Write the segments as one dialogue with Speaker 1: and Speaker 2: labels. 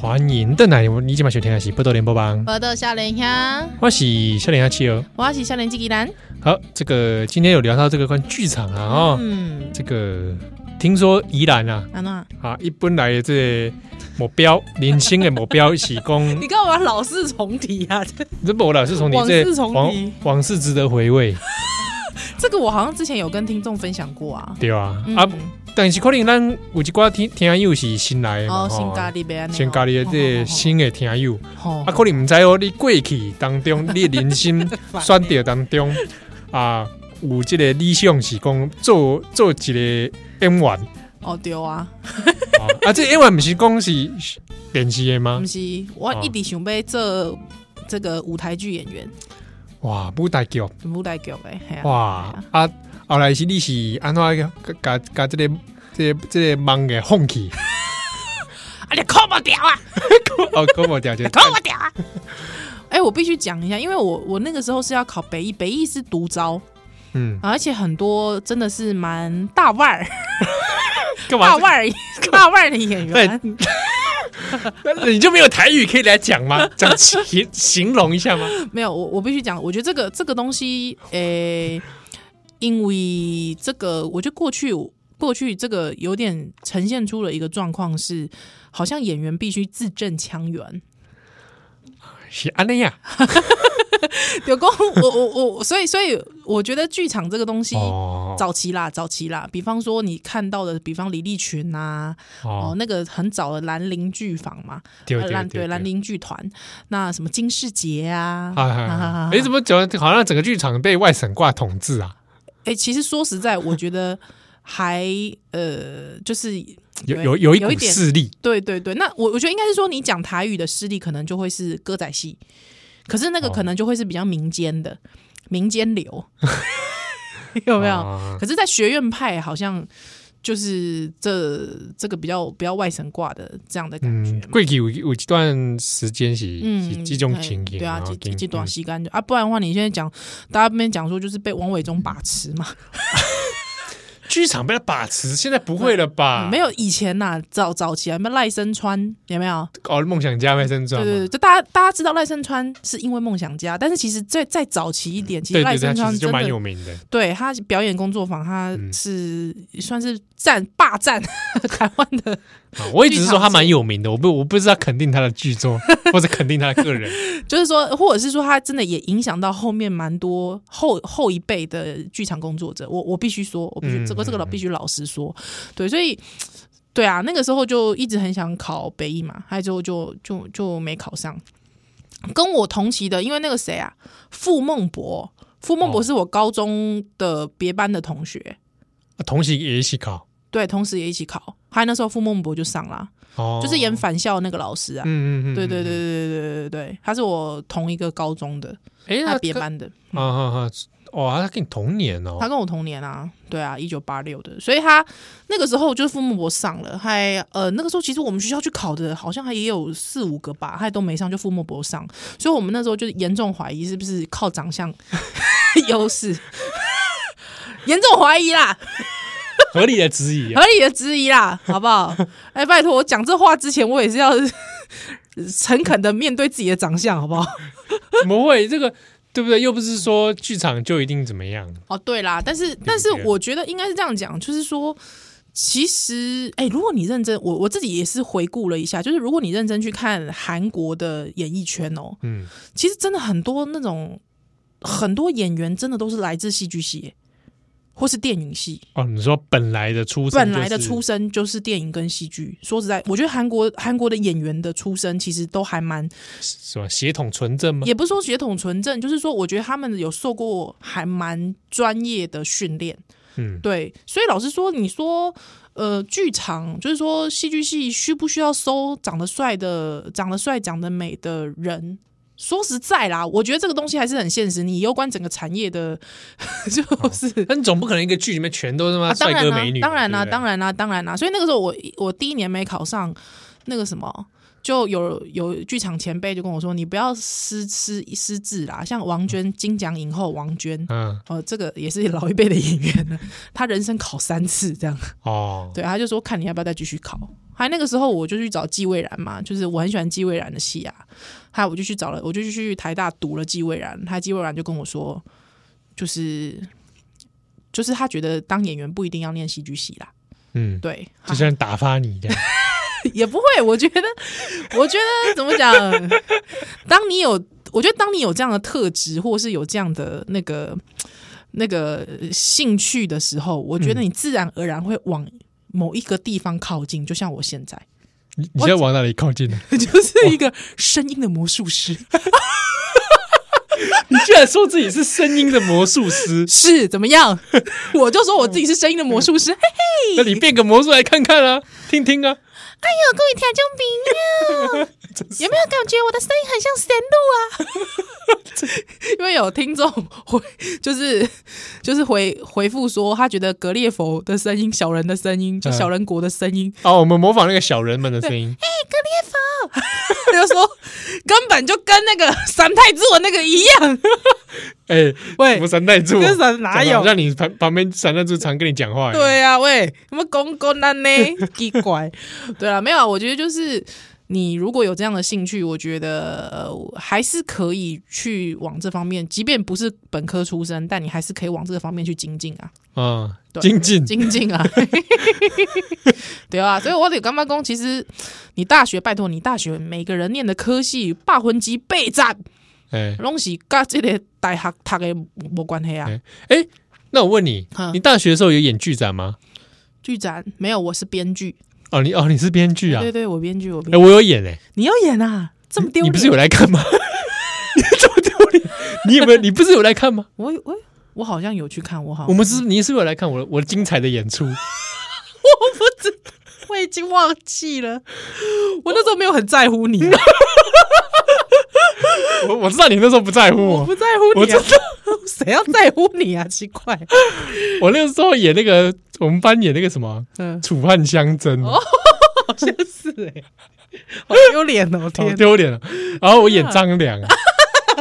Speaker 1: 欢迎邓来，你今晚收听的是《波多联播帮》，
Speaker 2: 我的少年香，
Speaker 1: 我是笑脸阿七哦。
Speaker 2: 我是少年机器人。
Speaker 1: 好，这个今天有聊到这个关于剧场啊哦，
Speaker 2: 嗯，
Speaker 1: 这个听说宜兰啊
Speaker 2: 安娜，
Speaker 1: 啊，一般来的这个目标，年轻的目标是讲，
Speaker 2: 你干嘛老是重提啊？
Speaker 1: 这不啦，是从你这
Speaker 2: 往事重
Speaker 1: 往
Speaker 2: 提
Speaker 1: 往事值得回味，
Speaker 2: 这个我好像之前有跟听众分享过啊。
Speaker 1: 对吧？
Speaker 2: 嗯
Speaker 1: 啊，但是可能咱有一寡听听友是新来的嘛
Speaker 2: 哦，新哦
Speaker 1: 吼
Speaker 2: 咖喱呗，
Speaker 1: 先家里的这个新的听友，
Speaker 2: 哦，
Speaker 1: 啊，可能毋知哦，你过去当中，你的人生选择当中啊，有这个理想是讲做做一个演员啊，
Speaker 2: 哦对啊，
Speaker 1: 啊，这个演员毋是讲是电视的吗
Speaker 2: 不？是，我一直想要做这个舞台剧演员，
Speaker 1: 哇，舞台剧，
Speaker 2: 舞台剧的，嘿啊
Speaker 1: 哇啊，后来是你是安怎甲甲甲这个这个这个梦给放弃，
Speaker 2: 啊你扣我屌啊，
Speaker 1: 哦，搞无掉这个
Speaker 2: 扣我屌啊！ 哎，我必须讲一下，因为我我那个时候是要考北艺，北艺是独招，啊
Speaker 1: 嗯，
Speaker 2: 而且很多真的是蛮大腕儿、
Speaker 1: 干嘛？
Speaker 2: 大腕儿、 大腕儿的演员。
Speaker 1: 那你就没有台语可以来讲吗？讲形形容一下吗？
Speaker 2: 没有，我我必须讲，我觉得这个这个东西，诶、因为这个，我觉得过去过去这个有点呈现出了一个状况是，好像演员必须字正 腔圆。
Speaker 1: 是安尼啊呀，
Speaker 2: 有公，我我我，所以所以我觉得剧场这个东西。
Speaker 1: 哦
Speaker 2: 早期啦，早期啦，比方说你看到的，比方李立群呐、哦，
Speaker 1: 哦，
Speaker 2: 那个很早的兰陵剧坊嘛，
Speaker 1: 对
Speaker 2: 呃
Speaker 1: 对
Speaker 2: 兰
Speaker 1: 对，
Speaker 2: 兰陵剧团，那什么金世杰啊，
Speaker 1: 啊
Speaker 2: 哈哈哈
Speaker 1: 啊！哎，怎么讲？好像整个剧场被外省挂统治啊，
Speaker 2: 哎、其实说实在，我觉得还呃，就是
Speaker 1: 有
Speaker 2: 对
Speaker 1: 有有一
Speaker 2: 有
Speaker 1: 股
Speaker 2: 一点
Speaker 1: 势力
Speaker 2: 对对对。那我我觉得应该是说，你讲台语的势力可能就会是歌仔戏，可是那个
Speaker 1: 哦
Speaker 2: 可能就会是比较民间的、民 间流，有没有？
Speaker 1: 啊
Speaker 2: 可是，在学院派好像就是这这个比较比较外省挂的这样的感觉
Speaker 1: 嗯，。过去有有一段时间是是
Speaker 2: 嗯，
Speaker 1: 这种
Speaker 2: 哎
Speaker 1: 情形，
Speaker 2: 对啊，
Speaker 1: 哦
Speaker 2: 几几几段
Speaker 1: 嗯
Speaker 2: 时间就啊，不然的话，你现在讲大家那边讲说就是被王伟忠把持嘛，
Speaker 1: 剧场被他把持，现在不会了吧？
Speaker 2: 没有以前呐、早早期啊，什么赖声川有没有？
Speaker 1: 哦，梦想家卖身传
Speaker 2: 对对
Speaker 1: 嘛，
Speaker 2: 对，就大家大家知道赖声川是因为梦想家，但是其实再再早期一点，其实
Speaker 1: 对
Speaker 2: 赖
Speaker 1: 嗯对对，
Speaker 2: 声
Speaker 1: 他其
Speaker 2: 川
Speaker 1: 实就
Speaker 2: 真
Speaker 1: 蛮
Speaker 2: 的
Speaker 1: 有名的。
Speaker 2: 对他表演工作坊，他
Speaker 1: 嗯
Speaker 2: 是、算是占霸占 台湾的，
Speaker 1: 啊我一直是说
Speaker 2: 剧
Speaker 1: 他
Speaker 2: 场
Speaker 1: 蛮有名的，我不我不知道肯定他的剧 作或者肯定他的个人。
Speaker 2: 就是说，或者是说他真的也影响到后面蛮多后后一辈的剧场工作者。我我必须说，我必须、
Speaker 1: 嗯
Speaker 2: 这个这个
Speaker 1: 嗯
Speaker 2: 老
Speaker 1: 嗯
Speaker 2: 必须老实说，对，所以。对啊，那个时候就一直很想考北艺嘛，还有之后就就就没考上。跟我同期的，因为那个谁啊，傅孟博，傅孟博
Speaker 1: 哦
Speaker 2: 是我高中的别班的同学，
Speaker 1: 啊同时也一起考，
Speaker 2: 对，同时也一起考。他那时候傅孟博就上啦，
Speaker 1: 哦，
Speaker 2: 就是演返校那个老师啊。
Speaker 1: 嗯，嗯嗯嗯，
Speaker 2: 对对对对对对对对，他是我同一个高中的，
Speaker 1: 哎，
Speaker 2: 他别
Speaker 1: 跟
Speaker 2: 班的，
Speaker 1: 啊啊啊！哇，他跟你同年哦
Speaker 2: 他，跟我同年啊，对啊，一九八六的，所以他那个时候就是傅孟博上了，还呃那个时候其实我们学校去考的，好像还也有四五个吧，还都没上，就傅孟博上，所以我们那时候就严重怀疑是不是靠长相 优势， 严重怀疑啦，
Speaker 1: 合理的质疑啊
Speaker 2: 合。理的质疑啦，好不好？哎，拜托，我讲这话之前，我也是要 诚恳的面对自己的长相，好不好？
Speaker 1: 怎么会？这个对不对？又不是说剧场就一定怎么样。
Speaker 2: 哦，对啦，但是但是我觉得应该是这样讲，就是说，其实哎、如果你认真，我我自己也是回顾了一下，就是如果你认真去看韩国的演艺圈哦，
Speaker 1: 嗯，
Speaker 2: 其实真的很多那种很多演员真的都是来自戏剧系。或是电影系，
Speaker 1: 哦，你说本来的出身、
Speaker 2: 本来的出，身就是电影跟戏剧。说实在，我觉得韩国韩国的演员的出身其实都还蛮
Speaker 1: 什么血统纯正吗？
Speaker 2: 也不是说血统纯正，就是说我觉得他们有受过还蛮专业的训练。
Speaker 1: 嗯
Speaker 2: 对，所以老实说，你说呃，剧场就是说戏剧系需不需要收长得帅的、长得帅、长得美的人？说实在啦，我觉得这个东西还是很现实，你攸关整个产业的， 就是。
Speaker 1: 那你总不可能一个剧里面全都他妈
Speaker 2: 啊，当
Speaker 1: 哦帅
Speaker 2: 然
Speaker 1: 哥
Speaker 2: 啦、
Speaker 1: 美女嘛、
Speaker 2: 当然啦、
Speaker 1: 对不对
Speaker 2: 当然啦、当然啦、所以那个时候我我第一年没考上那个什么就有有剧场前辈就跟我说，你不要失失失智啦，像王娟金奖影后王娟。
Speaker 1: 嗯，
Speaker 2: 哦，这个也是老一辈的演员了，他人生考三次这样，
Speaker 1: 哦，
Speaker 2: 对，他就说看你要不要再继续考。还那个时候我就去找纪蔚然嘛，就是我很喜欢纪蔚然的戏啊，还有我就去找了，我就去台大读了纪蔚然，他纪蔚然就跟我说，就是就是他觉得当演员不一定要念戏剧系啦，
Speaker 1: 嗯，
Speaker 2: 对，
Speaker 1: 就像打发你这样，
Speaker 2: 也不会，我觉得，我觉得怎么讲？当你有，我觉得当你有这样的特质，或是有这样的那个那个兴趣的时候，我觉得你自然而然会往某一个地方靠近。就像我现在，
Speaker 1: 你你现在往哪里靠近呢？
Speaker 2: 就是一个声音的魔术师，，
Speaker 1: 你居然说自己是声音的魔术师
Speaker 2: 是怎么样？ 我就说我自己是声音的魔术师。嘿
Speaker 1: 那你变个魔术来看看啊，听听啊，
Speaker 2: 哎呦，各位听众朋 友，有没有感觉我的声音很像神鹿啊？ 因为有听众回，就是就是回回复说，他觉得格列佛的声音、小人的声音，就
Speaker 1: 嗯
Speaker 2: 小人国的声音，
Speaker 1: 哦，我们模仿那个小人们的声音，
Speaker 2: 他就说根本就跟那个三太子文那个一样。
Speaker 1: 哎，
Speaker 2: 喂
Speaker 1: 什么三代柱，
Speaker 2: 跟神哪有啊
Speaker 1: 讲到让你旁旁边三代柱常跟你讲话？，
Speaker 2: 对啊，喂，什么公公呢？ 奇怪，对啊，没有啊，我觉得就是你如果有这样的兴趣，我觉得、呃、还是可以去往这方面，即便不是本科出身，但你还是可以往这个方面去精进啊，
Speaker 1: 嗯，
Speaker 2: 对
Speaker 1: 精进，
Speaker 2: 精进啊， 对啊，所以我得干妈公，其实你大学拜托你大学每个人念的科系，霸魂级备战，
Speaker 1: 哎
Speaker 2: 拢是跟这个大学读的无关系啊
Speaker 1: 哎。哎，那我问你
Speaker 2: 嗯，
Speaker 1: 你大学的时候有演剧展吗？
Speaker 2: 剧展没有，我是编剧，
Speaker 1: 哦，你哦，你是编剧啊
Speaker 2: 对？对，我编剧，我编
Speaker 1: 哎，我有演哎，
Speaker 2: 你要演啊？这么丢
Speaker 1: 你
Speaker 2: 脸？
Speaker 1: 不是有来看吗？ 你这么丢脸，你有没有？你不是有来看吗？
Speaker 2: 我我我好像有去看，我好
Speaker 1: 我
Speaker 2: 像
Speaker 1: 们是你是不是有来看我的我精彩的演出？
Speaker 2: 我已经忘记了，我那时候没有很在乎你啊、
Speaker 1: 我我知道你那时候不在乎
Speaker 2: 我
Speaker 1: 我，
Speaker 2: 不在乎
Speaker 1: 我
Speaker 2: 你、
Speaker 1: 知
Speaker 2: 啊， 谁要在乎你啊？奇怪，
Speaker 1: 我那个时候演那个我们班演那个什么
Speaker 2: 嗯
Speaker 1: 《，楚汉相争》，
Speaker 2: 哦好像是哎、好丢脸哦！
Speaker 1: 好
Speaker 2: 天
Speaker 1: 丢脸了。然后我演张良啊，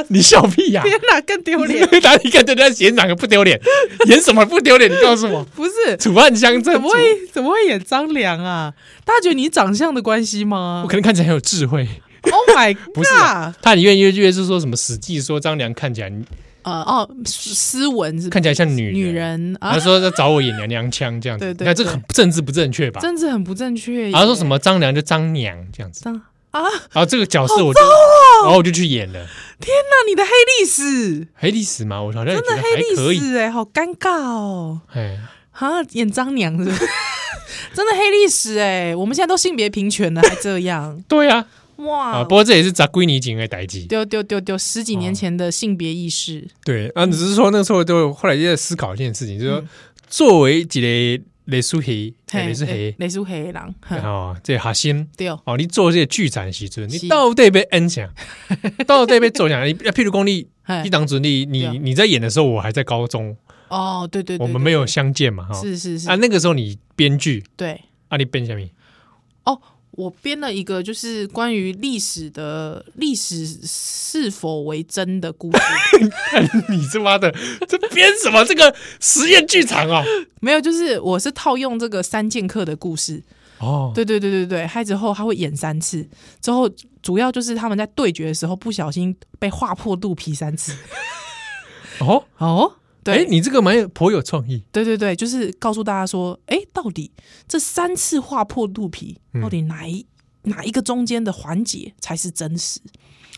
Speaker 1: 你笑屁呀、
Speaker 2: 天哪，更丢脸！
Speaker 1: 哪里看人家演哪个不丢脸？演什么不丢脸？你告诉我，《
Speaker 2: 不 是，
Speaker 1: 楚汉相争
Speaker 2: 怎》么
Speaker 1: 楚
Speaker 2: 会怎么会演张良啊？大家觉得你长相的关系吗
Speaker 1: 我可能看起来很有智慧，
Speaker 2: ？Oh my
Speaker 1: 不是啊
Speaker 2: god！
Speaker 1: 他很愿意越是说什么《史记》说张良看起来
Speaker 2: 呃哦，斯斯文是不是
Speaker 1: 看起来像女人
Speaker 2: 女人啊
Speaker 1: 他，说要找我演娘娘腔这样子，
Speaker 2: 对
Speaker 1: 你
Speaker 2: 对
Speaker 1: 看这个
Speaker 2: 对
Speaker 1: 很政治不正确吧？
Speaker 2: 真的很不正确耶。
Speaker 1: 然后说什么张良就张娘这样子，
Speaker 2: 张啊？
Speaker 1: 然后这个角色我就，
Speaker 2: 哦
Speaker 1: 哦然后我就去演了
Speaker 2: 那你的黑历史。
Speaker 1: 黑历史嘛，我好像也
Speaker 2: 真
Speaker 1: 觉
Speaker 2: 的
Speaker 1: 得
Speaker 2: 黑
Speaker 1: 还可
Speaker 2: 历
Speaker 1: 以，
Speaker 2: 史哎、好尴尬哦！
Speaker 1: 哎，
Speaker 2: 哈，演张娘是不 是？真的黑历史哎、我们现在都性别平权了，还这 样
Speaker 1: 对啊，啊，
Speaker 2: 哇
Speaker 1: 不！过这也是砸归你井的代际，
Speaker 2: 丢丢丢丢，十几年前的性别意识，
Speaker 1: 对啊，只是说那个时候都有后来就在思考一件事情，
Speaker 2: 嗯
Speaker 1: 就是说作为一个雷书黑，哎雷书黑
Speaker 2: 雷苏黑狼，哼
Speaker 1: 哦，这核心
Speaker 2: 对哦，
Speaker 1: 哦，你做这些剧展的时阵，
Speaker 2: 是
Speaker 1: 你到底被恩 响，到底被做响，你譬如讲你
Speaker 2: 嘿
Speaker 1: 你当时你
Speaker 2: 哎对
Speaker 1: 你你在演的时候，我还在高中，
Speaker 2: 哦，对对对，
Speaker 1: 我们
Speaker 2: 对
Speaker 1: 没有相见嘛哈
Speaker 2: 是是是
Speaker 1: 啊，，那个时候你编剧
Speaker 2: 对
Speaker 1: 啊，你编什么？
Speaker 2: 哦，我编了一个就是关于历史的历史是否为真的故事，
Speaker 1: 你他妈的这编什么这个实验剧场 啊？
Speaker 2: 没有，就是我是套用这个三剑客的故事，
Speaker 1: 哦，
Speaker 2: 对对对对对，嗨之后他会演三次，之后主要就是他们在对决的时候不小心被划破肚皮三次。
Speaker 1: 哦，
Speaker 2: 哦，对，
Speaker 1: 哎，你这个蛮有颇有创意，
Speaker 2: 对对对，就是告诉大家说，哎，到底这三次划破肚皮，
Speaker 1: 嗯
Speaker 2: 到底哪一、哪一个中间的环节才是真实？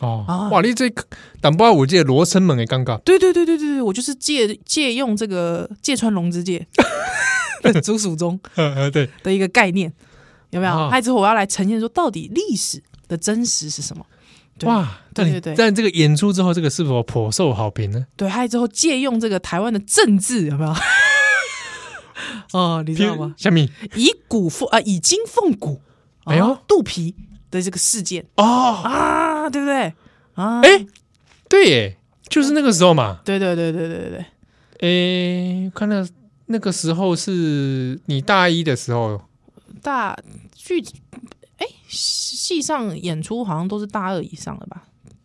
Speaker 2: 啊
Speaker 1: 哦，哇，你这但不知道我这个罗生门的 尴尬，
Speaker 2: 对对对对对对，我就是借借用这个芥川龙之 介的竹鼠中
Speaker 1: 呃呃，对，
Speaker 2: 的一个概念，有没有？
Speaker 1: 啊
Speaker 2: 嗨之后我要来呈现说，到底历史的真实是什么？对
Speaker 1: 哇，
Speaker 2: 对
Speaker 1: 但
Speaker 2: 对
Speaker 1: 你
Speaker 2: 对
Speaker 1: 但这个演出之后，这个是否颇受好评呢？
Speaker 2: 对，还有之后借用这个台湾的政治有没 有？哦，你知道吗？
Speaker 1: 下面
Speaker 2: 以古奉啊，以金奉古，啊
Speaker 1: 哎呦，
Speaker 2: 肚皮的这个事件
Speaker 1: 哦，
Speaker 2: 啊，对不对？啊，
Speaker 1: 哎，对耶，就是那个时候嘛，
Speaker 2: 对对对对对对对，嗯
Speaker 1: 哎，看到那个时候是你大一的时候，
Speaker 2: 大剧，哎、戏上演出好像都是大二以上的吧？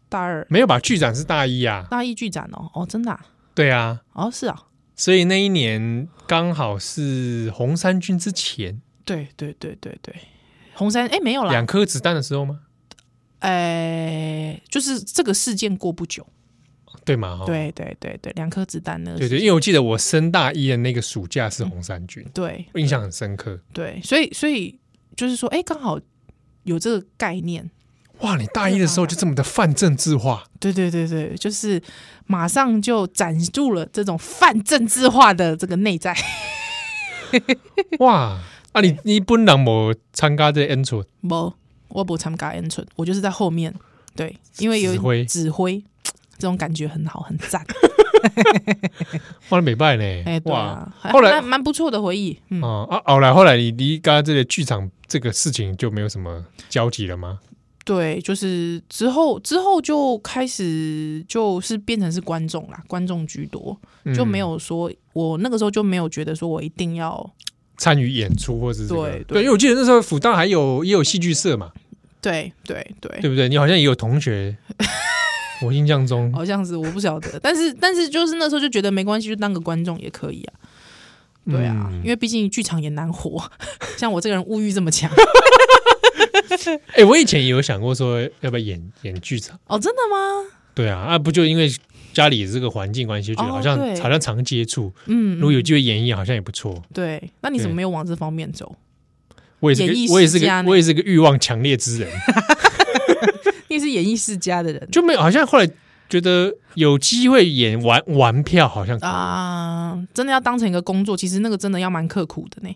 Speaker 2: 大二
Speaker 1: 没有吧？剧展是大一啊，
Speaker 2: 大一剧展哦，哦，真的、啊，
Speaker 1: 对啊，
Speaker 2: 哦，是啊，
Speaker 1: 所以那一年刚好是红三军之前
Speaker 2: 对对对对对，红山哎、没有啦，
Speaker 1: 两颗子弹的时候吗？
Speaker 2: 哎、就是这个事件过不久，
Speaker 1: 对嘛？哦，
Speaker 2: 对对对对，两颗子弹那个
Speaker 1: 对
Speaker 2: 事
Speaker 1: 对，因为我记得我升大一的那个暑假是红三军，
Speaker 2: 对
Speaker 1: 印象很深刻。
Speaker 2: 对，所以所以就是说，哎、刚好有这个概念，
Speaker 1: 哇，你大一的时候就这么的泛政治 化，
Speaker 2: 对对对对，就是马上就展住了这种泛政治化的这个内在。
Speaker 1: 哇！啊你，你本人无参加这个演出，
Speaker 2: 不，我不参加演出，我就是在后面。对，因为有
Speaker 1: 指挥
Speaker 2: 指挥，这种感觉很好，很赞。
Speaker 1: 哇，没败呢。
Speaker 2: 哎、对
Speaker 1: 哇，
Speaker 2: 啊，还
Speaker 1: 后来
Speaker 2: 蛮蛮不错的回忆。嗯，
Speaker 1: 哦啊，后来后来你离刚刚这个剧场这个事情就没有什么交集了吗？
Speaker 2: 对，就是之后之后就开始就是变成是观众啦，观众居多，
Speaker 1: 嗯
Speaker 2: 就没有说、我那个时候就没有觉得说我一定要
Speaker 1: 参与演出或者是这个
Speaker 2: 对对
Speaker 1: 对，因为我记得那时候辅大还有也有戏剧社嘛，
Speaker 2: 对对对，
Speaker 1: 对不对？你好像也有同 学，我印象中
Speaker 2: 好像是我不晓得，但 是但是就是那时候就觉得没关系，就当个观众也可以啊。对啊，
Speaker 1: 嗯
Speaker 2: 因为毕竟剧场也难活， 像我这个人物欲这么强。
Speaker 1: 哎、我以前也有想过说要不要演演剧场，
Speaker 2: 哦，真的吗？
Speaker 1: 对啊，啊不就因为家里这个环境关系，就觉得
Speaker 2: 哦
Speaker 1: 好像、
Speaker 2: 对
Speaker 1: 好像常接触，
Speaker 2: 嗯，
Speaker 1: 如果有
Speaker 2: 嗯
Speaker 1: 机会演一演，好像也不错。
Speaker 2: 对，那你怎么
Speaker 1: 对
Speaker 2: 没有往这方面走？
Speaker 1: 我也是
Speaker 2: 演艺啊
Speaker 1: 个我也是
Speaker 2: 世家
Speaker 1: 个
Speaker 2: 呢
Speaker 1: 我也是个欲望强烈之人，
Speaker 2: 你也是演艺世家的人
Speaker 1: 就没有好像后来觉得有机会演玩玩票好
Speaker 2: 哦
Speaker 1: 像可以
Speaker 2: 啊，真的要当成一个工作，其实那个真的要蛮刻苦的呢。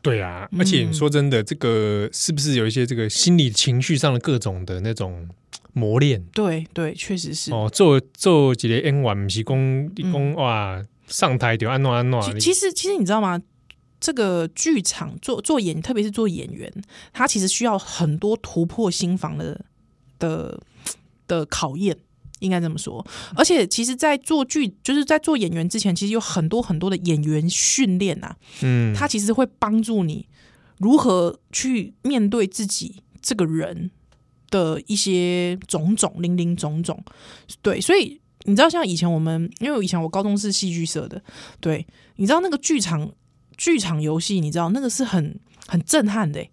Speaker 1: 对啊，而且
Speaker 2: 嗯
Speaker 1: 说真的，这个是不是有一些这个心理情绪上的各种的那种磨练？
Speaker 2: 对对，确实是。嗯
Speaker 1: 哦，做做几个演员，不是公公哇，上台就安诺安诺。
Speaker 2: 其
Speaker 1: 你
Speaker 2: 其实其实你知道吗？这个剧场做做演，特别是做演员，他其实需要很多突破心房的的的考验，应该这么说。而且其实，在做剧就是在做演员之前，其实有很多很多的演员训练啊，
Speaker 1: 嗯，
Speaker 2: 它其实会帮助你如何去面对自己这个人的一些种种零零种种。对，所以你知道，像以前我们，因为我以前我高中是戏剧社的，对，你知道那个剧场剧场游戏，你知道那个是很很震撼的欸、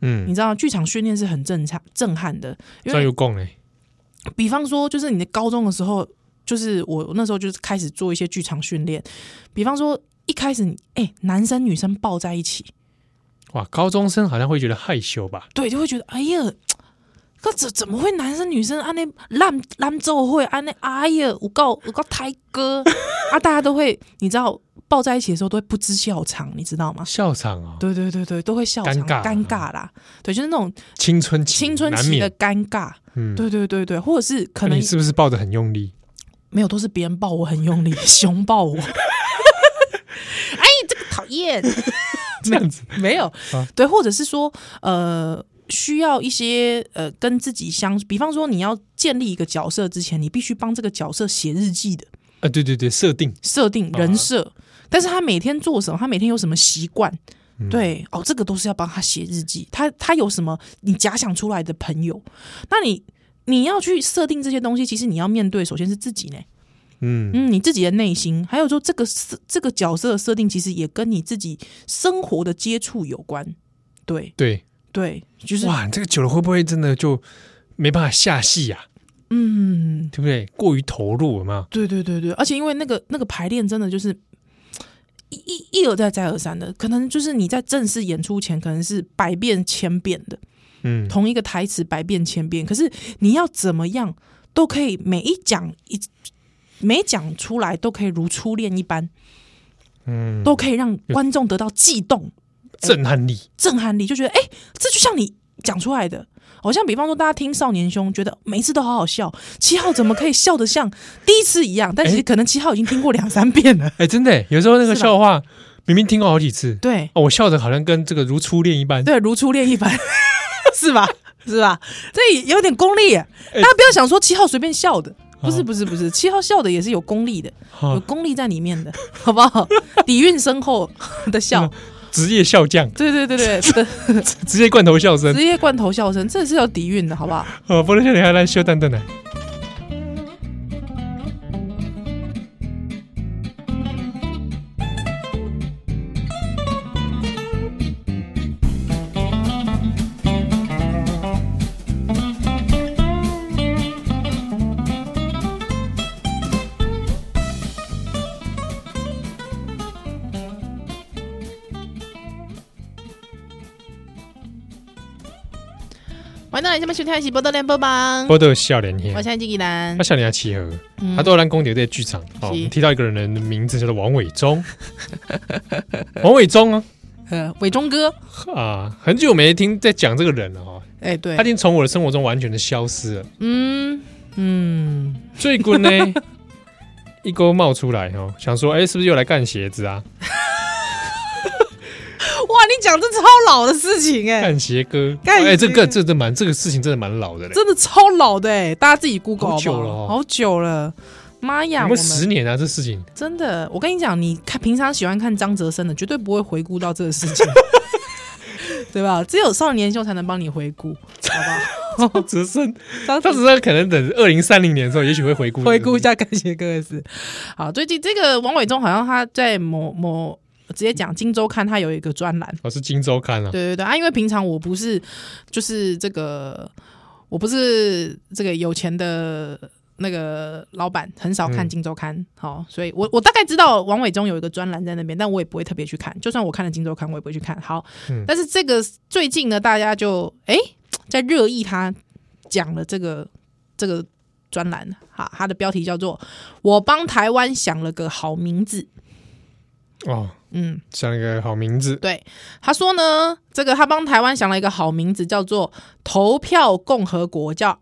Speaker 1: 嗯
Speaker 2: 你，知道剧场训练是很震撼震撼的，因
Speaker 1: 专
Speaker 2: 为
Speaker 1: 有供嘞，
Speaker 2: 比方说，就是你的高中的时候，就是我那时候就是开始做一些剧场训练，比方说一开始你哎、男生女生抱在一起。
Speaker 1: 哇，高中生好像会觉得害羞吧？
Speaker 2: 对，就会觉得哎呀，那怎怎么会男生女生安那烂烂奏会安那哎呀，有够有够胎哥啊，大家都会你知道抱在一起的时候都会不知笑场，你知道吗？
Speaker 1: 笑场哦，
Speaker 2: 对对对对，都会笑场，
Speaker 1: 尴尬
Speaker 2: 啦，对，就是那种
Speaker 1: 青春期
Speaker 2: 青春
Speaker 1: 难
Speaker 2: 期
Speaker 1: 免
Speaker 2: 的，尴尬，
Speaker 1: 嗯，
Speaker 2: 对对对对，或者是可
Speaker 1: 那
Speaker 2: 能
Speaker 1: 你是不是抱得很用力？
Speaker 2: 没有，都是别人抱我很用力， 熊抱我，哎，这个讨厌，
Speaker 1: 这样 子，
Speaker 2: 没有，
Speaker 1: 啊
Speaker 2: 对，或者是说，呃，需要一些呃跟自己相，比方说你要建立一个角色之前，你必须帮这个角色写日记的
Speaker 1: 啊，对对对，设定，
Speaker 2: 设定
Speaker 1: 啊
Speaker 2: 人设，但是他每天做什么，他每天有什么习惯，
Speaker 1: 嗯，
Speaker 2: 对，哦，这个都是要帮他写日记，他他有什么你假想出来的朋友，那你。你要去设定这些东西，其实你要面对，首先是自己呢，
Speaker 1: 嗯，
Speaker 2: 嗯，你自己的内心，还有就这个设这个角色的设定，其实也跟你自己生活的接触有关，对
Speaker 1: 对，
Speaker 2: 对，就是
Speaker 1: 哇，这个久了会不会真的就没办法下戏呀？
Speaker 2: 嗯，
Speaker 1: 对不对？过于投入了嘛？
Speaker 2: 对对对对，而且因为那个那个排练真的就是一一一而再再而三的，可能就是你在正式演出前可能是百遍千遍的
Speaker 1: 嗯，
Speaker 2: 同一个台词百遍千遍，可是你要怎么样都可以每一讲一每讲出来都可以如初恋一般，
Speaker 1: 嗯，
Speaker 2: 都可以让观众得到悸动
Speaker 1: 震撼力，
Speaker 2: 震撼力，就觉得哎、诶这就像你讲出来的。好、像比方说，大家听少年兄觉得每一次都好好笑，七号怎么可以笑得像第一次一样？但其实可能七号已经听过两三遍了。
Speaker 1: 哎，真的耶，有时候那个
Speaker 2: 是吧
Speaker 1: 笑话明明听过好几次，
Speaker 2: 对
Speaker 1: 哦，我笑的好像跟这个如初恋一般。
Speaker 2: 对，如初恋一般， 是吧？是吧？这也有点功利耶，大家不要想说七号随便笑的，不是
Speaker 1: 啊
Speaker 2: 不是不是，七号笑的也是有功力的，有
Speaker 1: 哈，
Speaker 2: 功力在里面的，好不好？底蕴深厚的笑
Speaker 1: 嗯，职业笑匠，
Speaker 2: 对对对对，对
Speaker 1: 职业罐头笑声。
Speaker 2: 职业罐头笑声，这是要底蕴的好不好？
Speaker 1: 哦，不能笑你还来修蛋蛋呢。
Speaker 2: 嗯欢迎大家今晚收听的是《波多连播榜》，
Speaker 1: 我都有笑脸
Speaker 2: 我
Speaker 1: 天，
Speaker 2: 现在金吉兰
Speaker 1: 那，笑脸要契合，
Speaker 2: 嗯
Speaker 1: 他都有让公牛在剧场。哦，我
Speaker 2: 是
Speaker 1: 们提到一个人的名字叫做王伟 忠，王伟忠啊
Speaker 2: 呃伟忠哥，
Speaker 1: 啊，很久没听在讲这个人了哈，
Speaker 2: 哎对
Speaker 1: 他已，经从我的生活中完全的消失了。
Speaker 2: 嗯嗯，
Speaker 1: 最 近呢，一锅冒出来哦，想说，哎、是不是又来干鞋子啊？
Speaker 2: 哇，你讲这超老的事情哎、
Speaker 1: 干鞋哥，
Speaker 2: 干
Speaker 1: 哎、
Speaker 2: 鞋
Speaker 1: 这个这这蛮这个事情真的蛮老的嘞，
Speaker 2: 真的超老的哎、大家自己 Google
Speaker 1: 好久
Speaker 2: 好不
Speaker 1: 了
Speaker 2: 好
Speaker 1: 哦
Speaker 2: 好久了，妈呀，
Speaker 1: 有
Speaker 2: 我
Speaker 1: 没有
Speaker 2: 们
Speaker 1: 十年啊？这事 情
Speaker 2: 真的，我跟你讲，你看平常喜欢看张哲生的，绝对不会回顾到这个事 情，对吧？只有少年秀才能帮你回顾，好 不好？
Speaker 1: 张哲生，
Speaker 2: 张
Speaker 1: 张哲生可能等二零三零年的时候，也许会回顾
Speaker 2: 回顾一。下感谢各位是。好，最近这个王伟忠好像他在某某直接讲《金周刊》，他有一个专栏。
Speaker 1: 我、哦、是《金周刊》啊，
Speaker 2: 对对对啊，因为平常我不是就是这个，我不是这个有钱的。那个老板很少看《
Speaker 1: 嗯
Speaker 2: 金周刊》好、所以我我大概知道王伟忠有一个专栏在那边，但我也不会特别去看。就算我看了《金周刊》，我也不会去看。好，
Speaker 1: 嗯
Speaker 2: 但是这个最近呢，大家就哎在热议他讲了这个这个专栏，哈，他的标题叫做“我帮台湾想了个好名字
Speaker 1: 哦，”。
Speaker 2: 嗯，
Speaker 1: 想了个好名字，
Speaker 2: 对，他说呢，这个他帮台湾想了一个好名字，叫做“投票共和国”，叫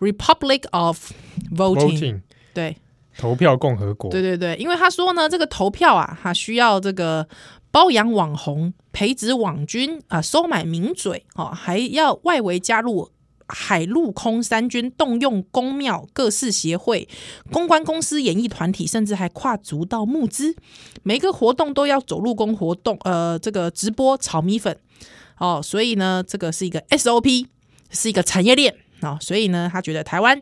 Speaker 2: ROV（Republic of Voting）。
Speaker 1: voting
Speaker 2: 对，
Speaker 1: 投票共和国，
Speaker 2: 对对对，因为他说呢，这个投票啊，它需要这个呃包养网红、培植网军啊、收买名嘴哦，还要外围加入。海陆空三军动用公庙、各式协会、公关公司、演艺团体，甚至还跨足到募资。每个活动都要走路工活动，呃，这个直播炒米粉哦，所以呢，这个是一个 SOP，是一个产业链哦，所以呢，他觉得台湾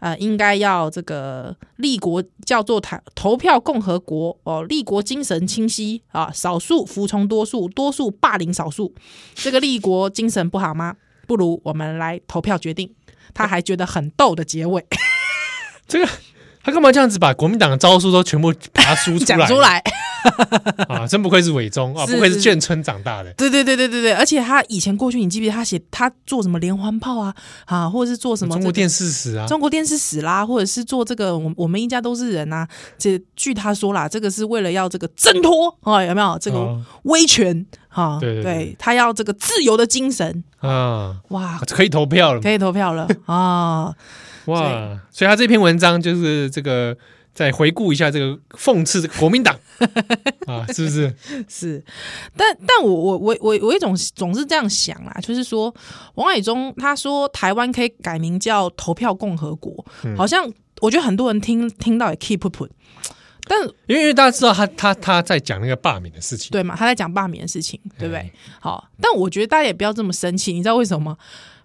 Speaker 2: 呃，应该要这个立国叫做台投票共和国哦，立国精神清晰啊，少数服从多数，多数霸凌少数，这个立国精神不好吗？不如我们来投票决定。他还觉得很逗的结尾
Speaker 1: 他干嘛这样子把国民党的招数都全部爬输出
Speaker 2: 讲
Speaker 1: 来？
Speaker 2: 出来，
Speaker 1: 啊，真不愧是伟忠啊，
Speaker 2: 是
Speaker 1: 不愧是
Speaker 2: 是
Speaker 1: 眷村长大的。
Speaker 2: 对对对对对对，而且他以前过去，你记不记得他写他做什么连环炮啊啊，或者是做什么
Speaker 1: 中
Speaker 2: 这
Speaker 1: 国
Speaker 2: 个
Speaker 1: 电视史啊，
Speaker 2: 中国电视史啦，或者是做这个，我我们一家都是人呐、这据他说啦，这个是为了要这个挣脱啊、有没有这个
Speaker 1: 哦
Speaker 2: 威权啊？
Speaker 1: 对对对
Speaker 2: 他要这个自由的精神，
Speaker 1: 啊，
Speaker 2: 哇，
Speaker 1: 可以投票了
Speaker 2: 可以投票了 啊！
Speaker 1: 哇！所以他这篇文章就是这个再回顾一下这个讽刺这个国民 党啊，是不是？
Speaker 2: 是，但但我我我我我一种总是这样想啦，就是说王伟忠他说台湾可以改名叫投票共和国，
Speaker 1: 嗯
Speaker 2: 好像我觉得很多人听听到也 keep 不 t 但
Speaker 1: 因为因为大家知道他他他在讲那个罢免的事情，
Speaker 2: 对嘛，他在讲罢免的事情，对不对
Speaker 1: 嗯？
Speaker 2: 好，但我觉得大家也不要这么生气，你知道为什么吗？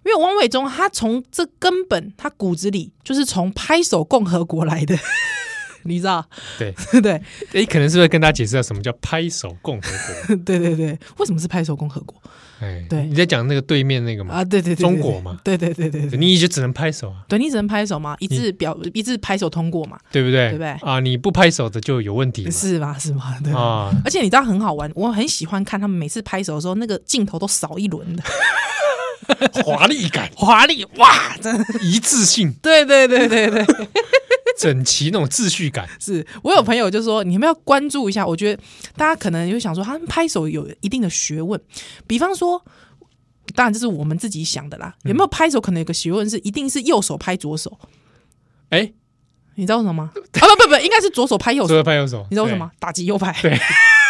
Speaker 2: 因为王伟忠他从这根本，他骨子里就是从拍手共和国来的， 你知道？
Speaker 1: 对
Speaker 2: 对 对
Speaker 1: 哎，可能是不是跟大家解释一下什么叫拍手共和国？
Speaker 2: 对对对，为什么是拍手共和国
Speaker 1: 哎，
Speaker 2: 对
Speaker 1: 你在讲那个对面那个嘛，
Speaker 2: 啊？对对对，对
Speaker 1: 中国嘛，
Speaker 2: 对对对对对，
Speaker 1: 你也就只能拍手啊，
Speaker 2: 对你只能拍手嘛，一致表一致拍手通过嘛，
Speaker 1: 对不对？
Speaker 2: 对不对
Speaker 1: 啊，你不拍手的就有问题
Speaker 2: 是吗？是吗？对
Speaker 1: 嘛。 啊，
Speaker 2: 而且你知道很好玩，我很喜欢看他们每次拍手的时候，那个镜头都扫一轮的
Speaker 1: 华丽感、
Speaker 2: 华丽哇！真的，
Speaker 1: 一致性、
Speaker 2: 对对对对对，
Speaker 1: 整齐那种秩序感，
Speaker 2: 是我有朋友就说，你们要关注一下。我觉得大家可能就想说，他们拍手有一定的学问，比方说。当然，这是我们自己想的啦。有没有拍手，可能有个学问是，一定是右手拍左手，
Speaker 1: 哎，
Speaker 2: 你知道为什么吗？啊，不不不，应该是左手拍右
Speaker 1: 左
Speaker 2: 手，
Speaker 1: 手拍右手，
Speaker 2: 你知道为什么吗？打击右拍，
Speaker 1: 对？对，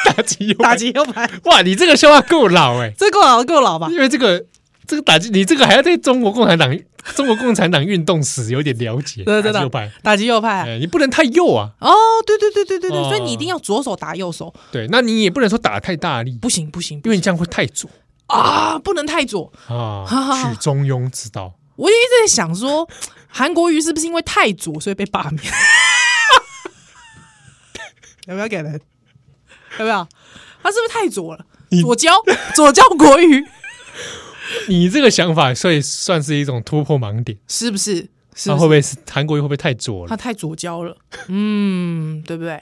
Speaker 1: 打击右拍
Speaker 2: 打击右拍，
Speaker 1: 哇，你这个笑话够老哎、
Speaker 2: 这够老够老吧？
Speaker 1: 因为这个这个打击，你这个还要在中国共产党中国共产党运动史有点了解，
Speaker 2: 对对对
Speaker 1: 打击右派，
Speaker 2: 打击右派。
Speaker 1: 哎，你不能太右啊，
Speaker 2: 哦，对对对对对对，
Speaker 1: 哦
Speaker 2: 所以你一定要左手打右手，
Speaker 1: 对，那你也不能说打太大力，
Speaker 2: 不行不行
Speaker 1: 因为你这样会太左
Speaker 2: 啊，不能太左。
Speaker 1: 啊
Speaker 2: 好好，好
Speaker 1: 取中庸之道。
Speaker 2: 我也一直在想说，韩国瑜是不是因为太左所以被罢免？ 要不要给人？要不要？他是不是太左了
Speaker 1: 你？
Speaker 2: 左交左交国瑜
Speaker 1: 你这个想法，所以算是一种突破盲点。
Speaker 2: 是不是？是
Speaker 1: 那会
Speaker 2: 不是
Speaker 1: 不会是韩国瑜会不会太左
Speaker 2: 他
Speaker 1: 了？
Speaker 2: 太左交了？嗯，对不对？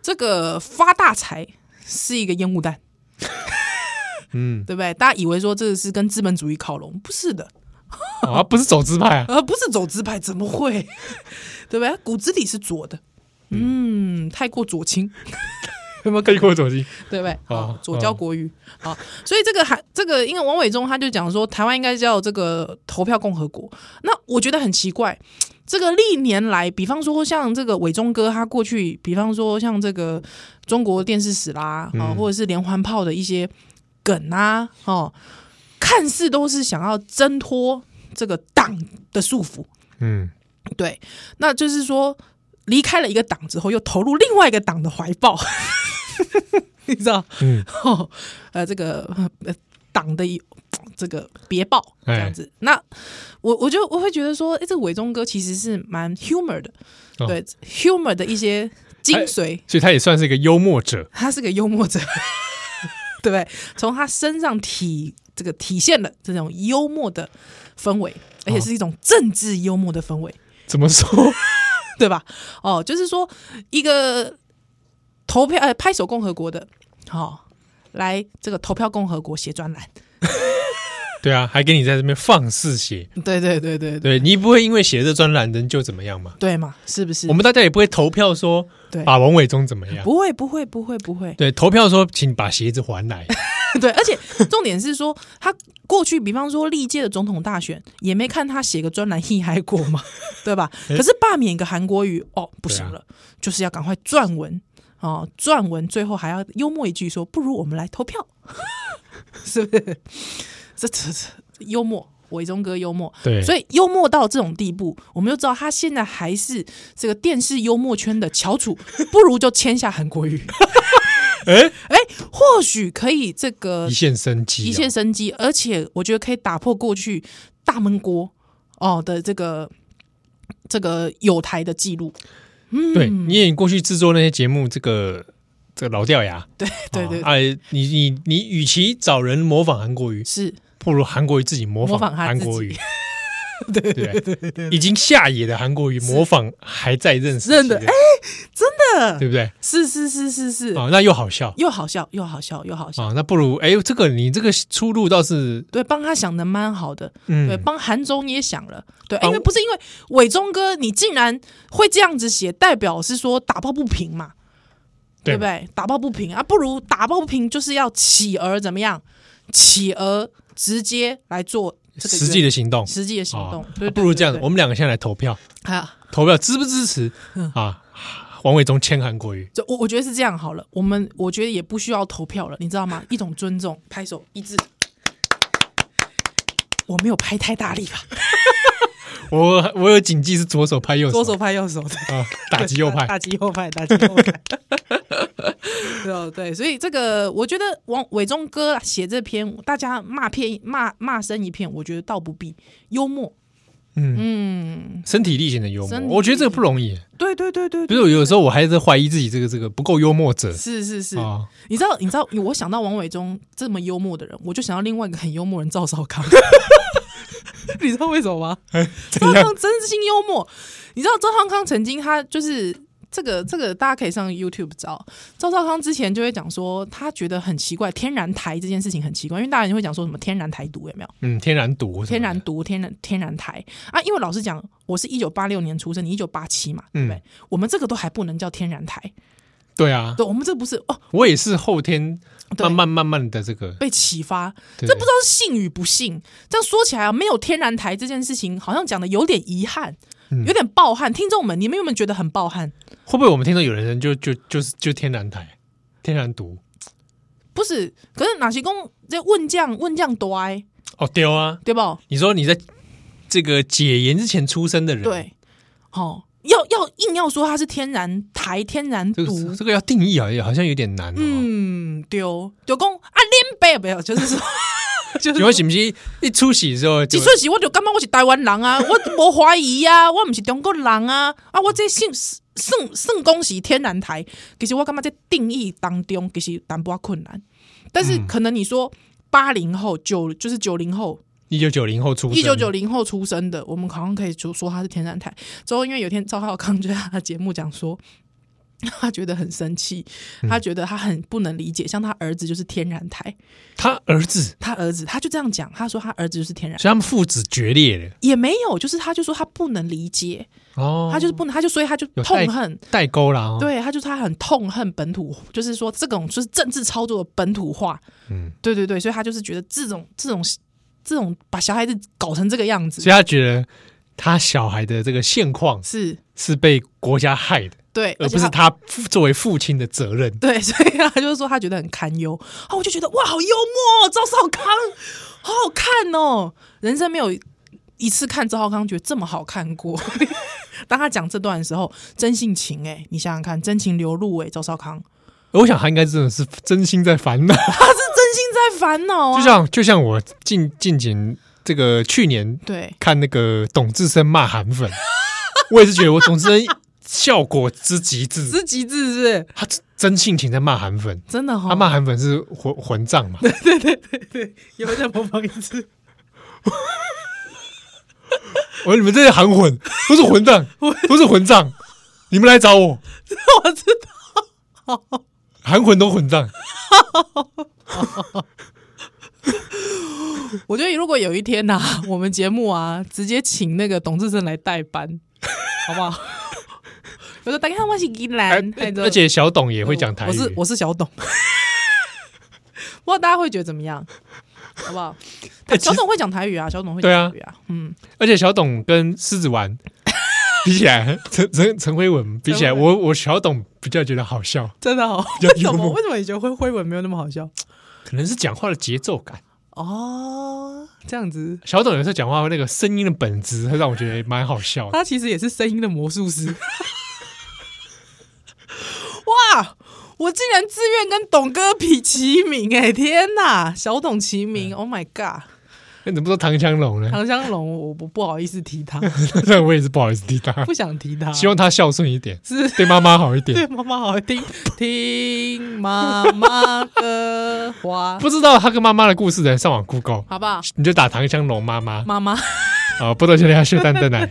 Speaker 2: 这个发大财是一个烟雾弹。
Speaker 1: 嗯，
Speaker 2: 对不对？大家以为说这是跟资本主义靠拢，不是的，
Speaker 1: 哦他不是走资派 啊，
Speaker 2: 呃，不是走资派，怎么会？ 对不对？骨子里是左的，嗯，太过左倾，
Speaker 1: 有没有可以过走机？
Speaker 2: 对不对？
Speaker 1: 哦
Speaker 2: 好，左交国语，好，所以这个还这个，因为王伟忠他就讲说，台湾应该叫这个投票共和国。那我觉得很奇怪，这个历年来，比方说像这个伟忠哥，他过去，比方说像这个中国电视史啦，啊、
Speaker 1: 嗯
Speaker 2: 或者是连环炮的一些梗啊，哦，看似都是想要挣脱这个党的束缚，
Speaker 1: 嗯，
Speaker 2: 对，那就是说离开了一个党之后，又投入另外一个党的怀抱， 你知道？
Speaker 1: 嗯，
Speaker 2: 哦，呃，这个呃党的一这个别报这样
Speaker 1: 哎
Speaker 2: 子。那我我就我会觉得说，哎、这个伟忠哥其实是蛮 humor 的，
Speaker 1: 哦哎
Speaker 2: 对 humor 的一些精髓，
Speaker 1: 所以他也算是一个幽默者。
Speaker 2: 他是个幽默者， 对不对？从他身上体这个体现了这种幽默的氛围，而
Speaker 1: 哦
Speaker 2: 且是一种政治幽默的氛围。
Speaker 1: 怎么说？
Speaker 2: 对吧？哦，就是说一个投票呃拍手共和国的，好、哦、来这个投票共和国写专栏，
Speaker 1: 对啊，还给你在这边放肆写，
Speaker 2: 对对对对对
Speaker 1: 对你不会因为写这专栏人就怎么样嘛？
Speaker 2: 对嘛，是不是？
Speaker 1: 我们大家也不会投票说
Speaker 2: 对
Speaker 1: 把王伟忠怎么样，
Speaker 2: 不会不会不会不会，
Speaker 1: 对，投票说请把鞋子还 来，
Speaker 2: 对，而且重点是说他过去，比方说历届的总统大选也没看他写个专栏厉害过嘛，对 吧？可是罢免一个韩国瑜，哦，不行
Speaker 1: 对啊
Speaker 2: 了，就是要赶快撰文哦，撰文最后还要幽默一句说，不如我们来投票， 是不是？ 这这这幽默，伟忠哥幽默。
Speaker 1: 对，
Speaker 2: 所
Speaker 1: 以
Speaker 2: 以幽默到这种地步，我们就知道他现在还是这个电视幽默圈的翘楚，不如就签下韩 国瑜，
Speaker 1: 哎，
Speaker 2: 哎，或许可以这个
Speaker 1: 一线生机、
Speaker 2: 呃
Speaker 1: 啊
Speaker 2: 一线，生机，而且我觉得可以打破过去大闷锅哦的这个这个有台的记录。嗯
Speaker 1: 对，你也过去制作那些节目，这个这个老掉牙，
Speaker 2: 对对对，
Speaker 1: 哦哎，你你你，与其找人模仿韩国语，
Speaker 2: 是
Speaker 1: 不如韩国瑜自己模
Speaker 2: 模
Speaker 1: 仿
Speaker 2: 仿他
Speaker 1: 韩
Speaker 2: 自己
Speaker 1: 国语。对对对对，已经下野的韩国语模仿还在认识
Speaker 2: 认得
Speaker 1: 哎，真的，对不对？
Speaker 2: 是是是是是，
Speaker 1: 啊，那又好笑
Speaker 2: 又好笑又好笑又好笑。
Speaker 1: 啊，那不如哎，这个你这个出路倒是，
Speaker 2: 对，帮他想的蛮好的，对，
Speaker 1: 嗯，
Speaker 2: 帮韩忠也想了，对，哎
Speaker 1: 帮
Speaker 2: 因为不是因为伟忠哥你竟然会这样子写，代表是说打抱不平嘛，对不
Speaker 1: 对？
Speaker 2: 对？打抱不平啊，不如打抱不平就是要起而怎么样？起而直接来做这个
Speaker 1: 实际
Speaker 2: 的
Speaker 1: 的行动，
Speaker 2: 实际的行动，
Speaker 1: 啊
Speaker 2: 对
Speaker 1: 啊不如这样，我们两个现在来投票，
Speaker 2: 啊，
Speaker 1: 投票支不支持
Speaker 2: 嗯
Speaker 1: 啊？王伟忠签韩国瑜，
Speaker 2: 这我我觉得是这样好了，我们我觉得也不需要投票了，你知道吗？一种尊重，拍手一致。我没有拍太大力吧，
Speaker 1: 我我有谨记是左手拍右手，
Speaker 2: 左手拍右手的。
Speaker 1: 啊，打击 右派，
Speaker 2: 打击右派，打击右派。 对哦，对，所以这个我觉得王伟忠哥写这篇，大家骂片骂骂声一片，我觉得倒不必幽默。
Speaker 1: 嗯身体力行的幽
Speaker 2: 身体
Speaker 1: 默，我觉得这个不容易。
Speaker 2: 对对对对
Speaker 1: 比如有时候我还是怀疑自己这个这个不够幽默者
Speaker 2: 是是是，
Speaker 1: 啊，
Speaker 2: 你知道你知道，我想到王伟忠这么幽默的人，我就想到另外一个很幽默的人赵少 康。你知道为什么吗？
Speaker 1: 怎
Speaker 2: 赵少
Speaker 1: 样？
Speaker 2: 康真心幽默。你知道赵少康曾经他就是这个这个，大家可以上 YouTube 找赵少康之前就会讲说，他觉得很奇怪，天然台这件事情很奇怪，因为大人会讲说什么天然台独有没有？
Speaker 1: 嗯，天然毒，
Speaker 2: 天然，毒、天然天然台啊，因为老实讲，我是一九八六年出生，你一九八七嘛，对不对？
Speaker 1: 嗯
Speaker 2: 我们这个都还不能叫天然台，
Speaker 1: 对啊，
Speaker 2: 对，我们这不是哦，
Speaker 1: 我也是后天
Speaker 2: 对
Speaker 1: 慢慢慢慢的这个，
Speaker 2: 被启发，
Speaker 1: 对
Speaker 2: 这不知道是信与不信。这样说起来啊，没有天然台这件事情，好像讲的有点遗憾，
Speaker 1: 嗯
Speaker 2: 有点抱憾。听众们，你们有没有觉得很抱憾？
Speaker 1: 会不会我们听到有人就就就是就天然台，天然毒
Speaker 2: 不是，可是哪些公这问将问将多哎，
Speaker 1: 哦丢啊！
Speaker 2: 对不？
Speaker 1: 你说你在这个解严之前出生的人，，
Speaker 2: 对，哦，要要硬要说它是天然台、天然
Speaker 1: 这
Speaker 2: 毒
Speaker 1: 个，这个要定义啊，也好像有点难哦。
Speaker 2: 嗯，丢丢公啊，连背没有，就是说， 就
Speaker 1: 请
Speaker 2: 是
Speaker 1: 问是不是一出席之后就
Speaker 2: 几？出席我就感觉我是台湾人 啊，我无怀疑啊，我毋是中国人啊，啊，我这姓算算恭喜天然台，其实我感觉在定义当中其实淡薄仔困难，但是
Speaker 1: 嗯
Speaker 2: 可能你说八零后九就是九零后，
Speaker 1: 一九九零后出生，
Speaker 2: 一九九零后出生的，我们好像可以就说他是天然台。之后，因为有一天赵浩康就在他的节目讲说， 他觉得很生气，
Speaker 1: 嗯
Speaker 2: 他觉得他很不能理解，像他儿子就是天然台，
Speaker 1: 他儿子，所
Speaker 2: 他儿子他就这样讲，他说他儿子就是天然
Speaker 1: 以，他们父子决裂了。
Speaker 2: 也没有，就是他就说他不能理解，
Speaker 1: 哦，
Speaker 2: 他就是不能，他就所以他就
Speaker 1: 有代
Speaker 2: 痛恨，
Speaker 1: 代沟啦、哦。，
Speaker 2: 对，他就是他很痛恨本土，就是说这种就是政治操作的本土化，
Speaker 1: 嗯，
Speaker 2: 对对对，所以他就是觉得这种这种这种把小孩子搞成这个样子
Speaker 1: 所以他觉得他小孩的这个现况
Speaker 2: 是。
Speaker 1: 是被国家害的，
Speaker 2: 对，
Speaker 1: 而
Speaker 2: 且
Speaker 1: 不是他父作为父亲的责任。
Speaker 2: 对， 所以他就说他觉得很堪忧啊，我就觉得哇，好幽默、哦，赵少康，好好看哦，人生没有一次看赵少康觉得这么好看过。 当他讲这段的时候，真性情哎、你想想看，真情流露哎、赵少康
Speaker 1: 我想他应该真的是真心在烦恼，
Speaker 2: 他是真心在烦恼 啊，
Speaker 1: 就像就像我近近景这个去年
Speaker 2: 对
Speaker 1: 看那个董志生骂韩粉， 我也是觉得我董志生效果之极致，
Speaker 2: 是极致是不是？
Speaker 1: 他真性情在骂韩粉，
Speaker 2: 真的哦哈、
Speaker 1: 他骂韩粉是混混账嘛？
Speaker 2: 有在模仿一次，
Speaker 1: 我说你们这些韩混都是混 账，都是混账，你们来找我，
Speaker 2: 我知道。
Speaker 1: 韩混都混账。
Speaker 2: 我觉得如果有一天呐、我们节目啊，直接请那个董志胜来代班，好不好？ 我说大家我是宜
Speaker 1: 哎
Speaker 2: 兰，哎
Speaker 1: 而且小董也会讲台语，
Speaker 2: 我是我是小董， 不知道大家会觉得怎么样，好不好？
Speaker 1: 哎其实
Speaker 2: 小董会讲台语啊，小董会讲台语啊，嗯，
Speaker 1: 而且小董跟狮子丸 比起来，陈陈陈辉文比起来，
Speaker 2: 陈辉
Speaker 1: 我我小董比较觉得好笑，
Speaker 2: 真的哦。
Speaker 1: 比较
Speaker 2: 为
Speaker 1: 幽
Speaker 2: 什么
Speaker 1: 默
Speaker 2: 为什么你觉得灰灰文没有那么好笑？
Speaker 1: 可能是讲话的节奏感。
Speaker 2: 哦，这样子，
Speaker 1: 小董有时候讲话那个声音的本质，会让我觉得蛮好笑的。
Speaker 2: 他其实也是声音的魔术师。 哇！我竟然自愿跟董哥比齐名哎、天哪，小董齐
Speaker 1: 嗯
Speaker 2: 名、o h my god！
Speaker 1: 那怎么说唐香龙呢？
Speaker 2: 唐香龙，我我不不好意思提他，
Speaker 1: 那我也是不好意思提他，
Speaker 2: 不想提他，
Speaker 1: 希望他孝顺一 点，
Speaker 2: 是
Speaker 1: 对妈妈好一
Speaker 2: 对
Speaker 1: 点。
Speaker 2: 妈妈好听， 听妈妈的话，
Speaker 1: 不知道他跟妈妈的故事的人，上网 Google，
Speaker 2: 好不好？
Speaker 1: 你就打唐香龙妈 妈
Speaker 2: 妈妈，
Speaker 1: 啊，波多小鸭秀蛋蛋奶。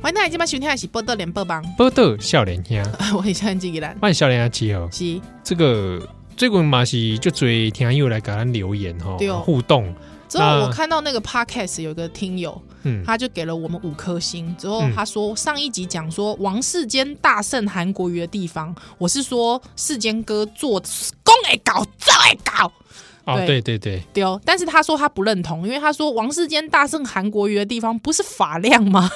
Speaker 2: 欢迎大家今晚收听的是《波多连播帮》，
Speaker 1: 波多笑脸兄，
Speaker 2: 我是陈吉吉兰，
Speaker 1: 欢迎笑脸兄集合。
Speaker 2: 是
Speaker 1: 哦这个最近嘛是就追听友来给咱留言哈、
Speaker 2: 对哦
Speaker 1: 互动，
Speaker 2: 之后
Speaker 1: 那
Speaker 2: 我看到那个 podcast 有一个听友，
Speaker 1: 嗯，
Speaker 2: 他就给了我们五颗星。之后
Speaker 1: 嗯
Speaker 2: 他说，上一集讲说王世坚大胜韩国瑜的地方，我是说世坚哥做公会搞，做会搞。
Speaker 1: 哦，对
Speaker 2: 对
Speaker 1: 对对，
Speaker 2: 对哦，但是他说他不认同，因为他说王世坚大胜韩国瑜的地方不是发量吗？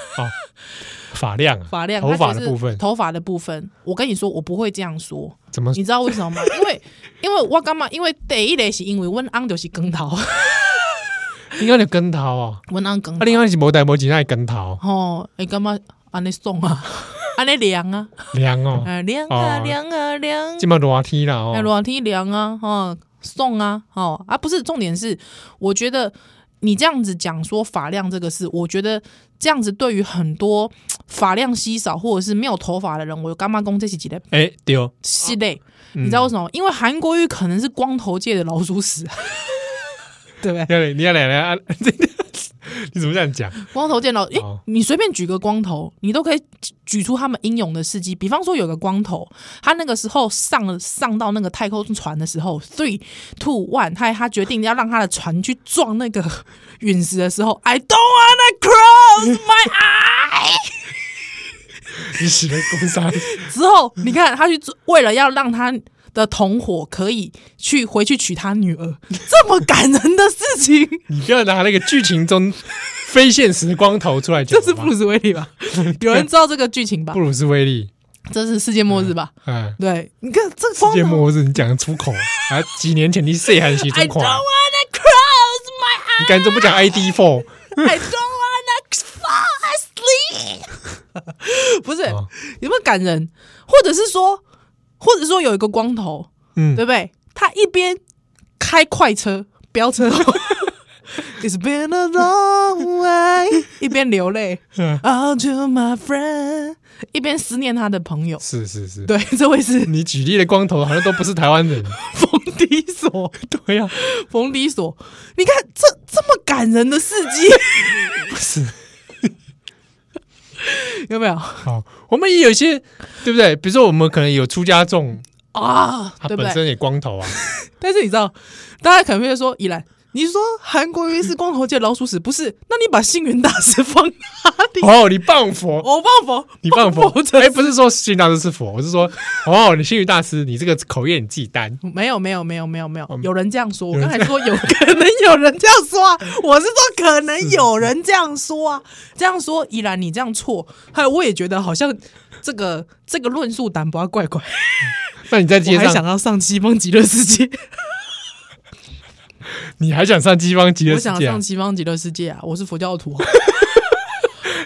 Speaker 1: 发量啊，
Speaker 2: 发量，
Speaker 1: 头发的
Speaker 2: 他觉得是
Speaker 1: 部分
Speaker 2: 头发的部分，我跟你说，我不会这样说，
Speaker 1: 怎么
Speaker 2: 你知道为什么吗？ 因为因为我干嘛？因为第一类是因为温昂就是跟头，
Speaker 1: 应该就跟头啊？
Speaker 2: 温昂跟
Speaker 1: 啊，另外是无代无钱那跟头
Speaker 2: 哦，你干嘛安尼 送啊，安尼凉啊。
Speaker 1: 凉哦，
Speaker 2: 啊凉啊
Speaker 1: 哦
Speaker 2: 凉啊凉，
Speaker 1: 这么热天啦
Speaker 2: 哎，
Speaker 1: 哦，
Speaker 2: 裸体凉啊，哦，送啊，哦啊，不是，重点是，我觉得你这样子讲说发量这个事，我觉得这样子对于很多嘖发量稀少或者是没有头发的人，我干妈公这是几类
Speaker 1: 哎、对哦，
Speaker 2: 系类，
Speaker 1: 嗯
Speaker 2: 你知道为什么？因为韩国瑜可能是光头界的老鼠屎，啊 对不对？
Speaker 1: 你要来你要来来啊！ 你怎么这样讲？
Speaker 2: 光头见到，诶、
Speaker 1: 哦
Speaker 2: 你随便举个光头，你都可以举举出他们英勇的事迹。比方说，有个光头，他那个时候上了上到那个太空船的时候，three two one，他他决定要让他的船去撞那个陨石的时候，I don't wanna cross my eye。
Speaker 1: 你洗了工伤，
Speaker 2: 之后，你看他去做为了要让他的同伙可以去回去娶他女儿，这么感人的事情，
Speaker 1: 你不要拿那个剧情中非现实光头出来讲好
Speaker 2: 这是
Speaker 1: 不
Speaker 2: 布
Speaker 1: 好。
Speaker 2: 鲁斯威利 吧？有人知道这个剧情吧
Speaker 1: 布？鲁斯威利，
Speaker 2: 这是世界末日吧？
Speaker 1: 嗯，
Speaker 2: 对，你看这个
Speaker 1: 世
Speaker 2: 光
Speaker 1: 界
Speaker 2: 头
Speaker 1: 末日你讲得出口啊？啊几年前你谁还写中
Speaker 2: I don't
Speaker 1: 狂？
Speaker 2: wanna cross my
Speaker 1: 哎你敢怎么讲 ID Four？
Speaker 2: I don't wanna fall asleep 。 不是、
Speaker 1: 哦
Speaker 2: 有没有感人？或者是说，或者说有一个光头，
Speaker 1: 嗯
Speaker 2: 对不对？他一边开快车飙车 ，It's been a long way，一边流泪
Speaker 1: 嗯
Speaker 2: ，All to my friend，一边思念他的朋友。
Speaker 1: 是是是。
Speaker 2: 对，这位是
Speaker 1: 你举例的光头好像都不是台湾人。
Speaker 2: 冯迪所。
Speaker 1: 对啊呀、
Speaker 2: 冯迪所，你看这这么感人的事 迹，
Speaker 1: 不是。
Speaker 2: 有没有
Speaker 1: 好，我们也有一些，对不对？比如说我们可能有出家众，
Speaker 2: 啊？
Speaker 1: 他
Speaker 2: 对不
Speaker 1: 本
Speaker 2: 对？
Speaker 1: 身也光头 啊。
Speaker 2: 但是你知道，大家可能会说，依兰，你说韩国瑜是光头界老鼠屎，不是？那你把星云大师放哪里？
Speaker 1: 哦，你谤佛，
Speaker 2: 我放佛，
Speaker 1: 你放佛
Speaker 2: 放佛？
Speaker 1: 哎、
Speaker 2: 这
Speaker 1: 不是说星云大师是佛，我是说，哦，你星云大师，你这个口业你自己担。
Speaker 2: 没有没有没有没有没有，有人这样说。
Speaker 1: 嗯
Speaker 2: 我
Speaker 1: 有人
Speaker 2: 刚才说有 可能有人这样说啊，我是说可能有人这样说啊，
Speaker 1: 嗯
Speaker 2: 这样说依然你这样错，还有我也觉得好像这个这个论述胆薄怪怪，
Speaker 1: 那你在
Speaker 2: 我
Speaker 1: 街
Speaker 2: 还想
Speaker 1: 上，
Speaker 2: 要上西方极乐 世界。
Speaker 1: 你还想上西方极乐
Speaker 2: 我
Speaker 1: 世
Speaker 2: 想
Speaker 1: 界、啊
Speaker 2: 上？西方极乐世界啊！我是佛教徒啊，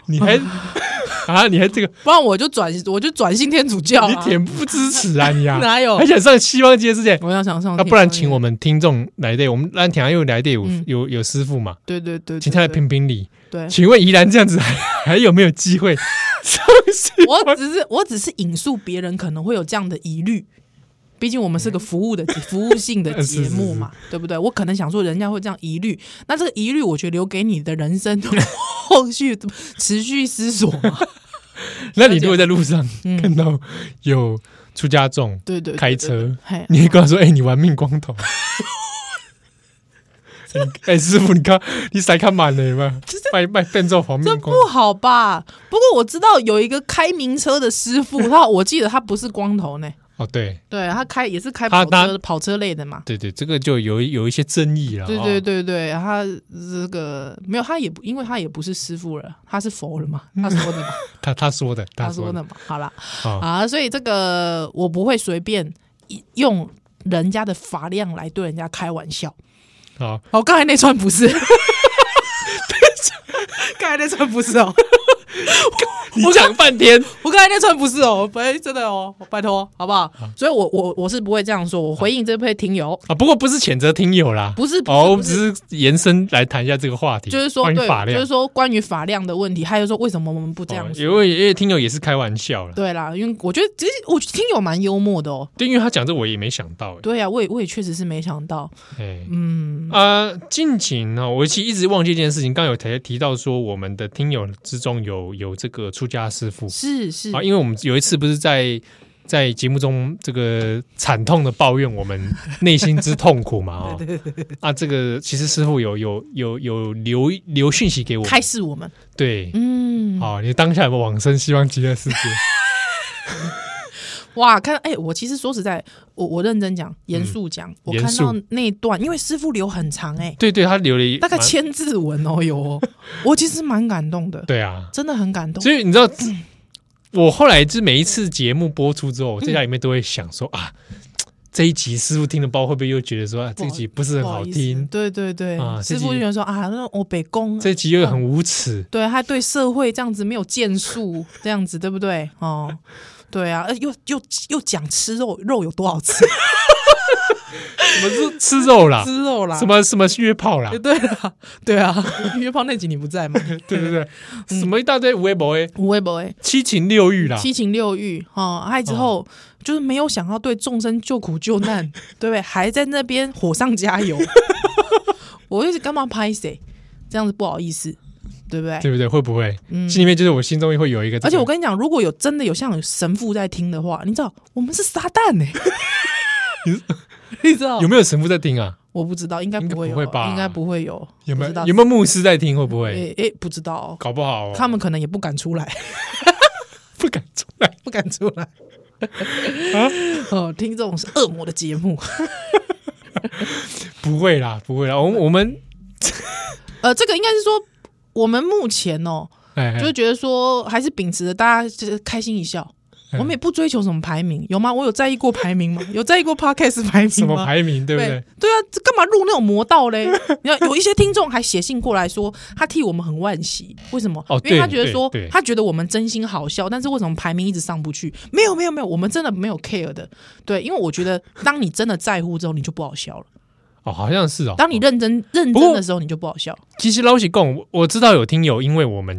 Speaker 1: 你
Speaker 2: 哦
Speaker 1: 还 啊？你还这个？
Speaker 2: 不然我就转我就转信天主教
Speaker 1: 你
Speaker 2: 啊！
Speaker 1: 恬不知耻啊！你啊，
Speaker 2: 哪有
Speaker 1: 还想上西方极乐世界？
Speaker 2: 我要想上，
Speaker 1: 那不然请我。们听众来对，我们让田又来对有
Speaker 2: 嗯
Speaker 1: 有有师傅嘛，
Speaker 2: 对对对，
Speaker 1: 请他来
Speaker 2: 对对
Speaker 1: 评评理。
Speaker 2: 对，
Speaker 1: 请问宜兰这样子还还有没有机会上西
Speaker 2: 我只是我只是引述别人可能会有这样的疑虑，毕竟我们
Speaker 1: 嗯
Speaker 2: 是个服务的服务 性的节目嘛，对不对？我可能想说人家会这样疑虑，那这个疑虑我觉得留给你的人生后续 持续思索 嘛。
Speaker 1: 那你如果在路上看到有出家众
Speaker 2: 嗯对对，对
Speaker 1: 开，
Speaker 2: 对对
Speaker 1: 车，
Speaker 2: 嘿，
Speaker 1: 你会跟他说：“哎、你玩命光 头。你” 哎、师傅，你看你塞看满了嘛？卖卖变奏黄
Speaker 2: 这
Speaker 1: 命
Speaker 2: 不
Speaker 1: 光头，
Speaker 2: 好吧？不过我知道有一个开名车的师傅， 他我记得他不是光头呢，
Speaker 1: 哦，对
Speaker 2: 对他开也是开
Speaker 1: 他
Speaker 2: 跑
Speaker 1: 他
Speaker 2: 车跑车类的嘛。
Speaker 1: 对对，这个就有有一些争议了。
Speaker 2: 对对
Speaker 1: 哦，
Speaker 2: 对对，他这个没有，他也不，因为他也不是师傅了，他是佛了嘛，他说的嘛，
Speaker 1: 他他说的，
Speaker 2: 嗯 他
Speaker 1: 说
Speaker 2: 说的嘛，好啦，
Speaker 1: 好
Speaker 2: 啊，所以这个我不会随便一用人家的发量来对人家开玩笑。
Speaker 1: 好，
Speaker 2: 哦，刚才那串不是， 刚才那串不 是哦，
Speaker 1: 你
Speaker 2: 哦
Speaker 1: 讲半天，
Speaker 2: 我刚才那串不是哦，哎，真的哦，拜托，好不好？所以我我我是不会这样说，我回应这位听友，
Speaker 1: 啊，不过不是谴责听友啦，
Speaker 2: 不是不是
Speaker 1: 哦，我
Speaker 2: 不
Speaker 1: 们
Speaker 2: 是
Speaker 1: 只是延伸来谈一下这个话题，
Speaker 2: 就是说
Speaker 1: 关于
Speaker 2: 对
Speaker 1: 法，
Speaker 2: 就
Speaker 1: 量
Speaker 2: 是，说关于法量的问题，还有说为什么我们不这样
Speaker 1: 哦
Speaker 2: 说
Speaker 1: 因为因为听友也是开玩笑了，
Speaker 2: 对啦，因为我觉得其实我听友蛮幽默的哦。
Speaker 1: 对，因为他讲这我也没想到，
Speaker 2: 对啊呀、我也我也确实是没想到，
Speaker 1: 哎，
Speaker 2: 嗯，
Speaker 1: 啊，近景呢，我其实一直忘记一件事情，刚刚有提提到说我们的听友之中有有这个出家师傅
Speaker 2: 是是
Speaker 1: 啊，因为我们有一次不是在。在节目中，这个惨痛的抱怨我们内心之痛苦 嘛，哦，啊，这个其实师傅有有有有留留讯息给我们，
Speaker 2: 开示我们，
Speaker 1: 对，
Speaker 2: 嗯，
Speaker 1: 好，你当下有没有往生希望极乐 世界？
Speaker 2: 哇，看，哎、我其实说实在，我我认真讲，严肃讲，我
Speaker 1: 嗯严
Speaker 2: 看
Speaker 1: 肃
Speaker 2: 到那一段，因为师傅留很长、哎，
Speaker 1: 对对，他留了一
Speaker 2: 大概
Speaker 1: 蛮
Speaker 2: 千字文哦，有 哦，我其实蛮感动的，
Speaker 1: 对啊，
Speaker 2: 真的很感动，
Speaker 1: 所以你知道，
Speaker 2: 嗯
Speaker 1: 我后来就是每一次节目播出之后，我在家里面都会想说啊，这一集师傅听了，包会不会又觉得说啊，
Speaker 2: 不
Speaker 1: 这
Speaker 2: 好
Speaker 1: 集不是
Speaker 2: 不
Speaker 1: 很
Speaker 2: 好
Speaker 1: 好
Speaker 2: 意思
Speaker 1: 听，
Speaker 2: 对对对，
Speaker 1: 啊
Speaker 2: 师
Speaker 1: 自
Speaker 2: 傅
Speaker 1: 己
Speaker 2: 就觉得说啊，那我北宫，
Speaker 1: 这集又很无耻，
Speaker 2: 对他对社会这样子没有建树，这样子对不对？哦，对啊，呃又又又讲吃肉，肉有多好吃？
Speaker 1: 什么是吃肉 啦，
Speaker 2: 吃肉啦，
Speaker 1: 啊什么什么约炮啦
Speaker 2: 哎？，对啦，对啊，约炮那集你不在 嘛？
Speaker 1: 对对对，什么一大堆无微博诶，
Speaker 2: 无微博哎，
Speaker 1: 七情六欲啦，
Speaker 2: 嗯七情六欲哈，还、之后、
Speaker 1: 哦
Speaker 2: 就是没有想要对众生救苦救 难，对不对？还在那边火上加油，我一直干嘛拍谁？这样子不好意思，对不对？
Speaker 1: 对不对？会不会心里面就是我心中会有一个这个，
Speaker 2: 嗯而且我跟你讲，如果有真的有像神父在听的话，你知道我们是撒旦 呢、你知道
Speaker 1: 有没有神父在听啊？
Speaker 2: 我不知道，应该不会
Speaker 1: 应该不
Speaker 2: 有，
Speaker 1: 会吧
Speaker 2: 应该不会有，
Speaker 1: 有没
Speaker 2: 不知
Speaker 1: 有
Speaker 2: 道
Speaker 1: 有没有牧师在听？会不会？
Speaker 2: 诶诶，不知道哦、
Speaker 1: 搞不好哦
Speaker 2: 他们可能也不敢出来，
Speaker 1: 不敢出来，
Speaker 2: 不敢出来。
Speaker 1: 啊
Speaker 2: 哦，听这种是恶魔的节目。
Speaker 1: 不会啦，不会啦，我们我们
Speaker 2: 呃，这个应该是说，我们目前哦，
Speaker 1: 哎，哎
Speaker 2: 就觉得说还是秉持着大家就是开心一笑，
Speaker 1: 嗯
Speaker 2: 我们也不追求什么排名，有吗？我有在意过排名吗？有在意过 podcast 排名吗？
Speaker 1: 什么排名，对不对
Speaker 2: 对？对啊，这干嘛录那种魔道嘞？ 你看有一些听众还写信过来说，他替我们很惋惜，为什么？
Speaker 1: 哦
Speaker 2: 因为他
Speaker 1: 对
Speaker 2: 觉得说
Speaker 1: 对对，
Speaker 2: 他觉得我们真心好笑，但是为什么排名一直上不去？没有没有没有，我们真的没有 care 的。对，因为我觉得当你真的在乎之后，你就不好笑了；
Speaker 1: 哦，好像是哦。
Speaker 2: 当你认真认
Speaker 1: 不
Speaker 2: 真
Speaker 1: 过
Speaker 2: 的时候，你就不好笑。
Speaker 1: 其实老实讲，我我知道有听友因为我们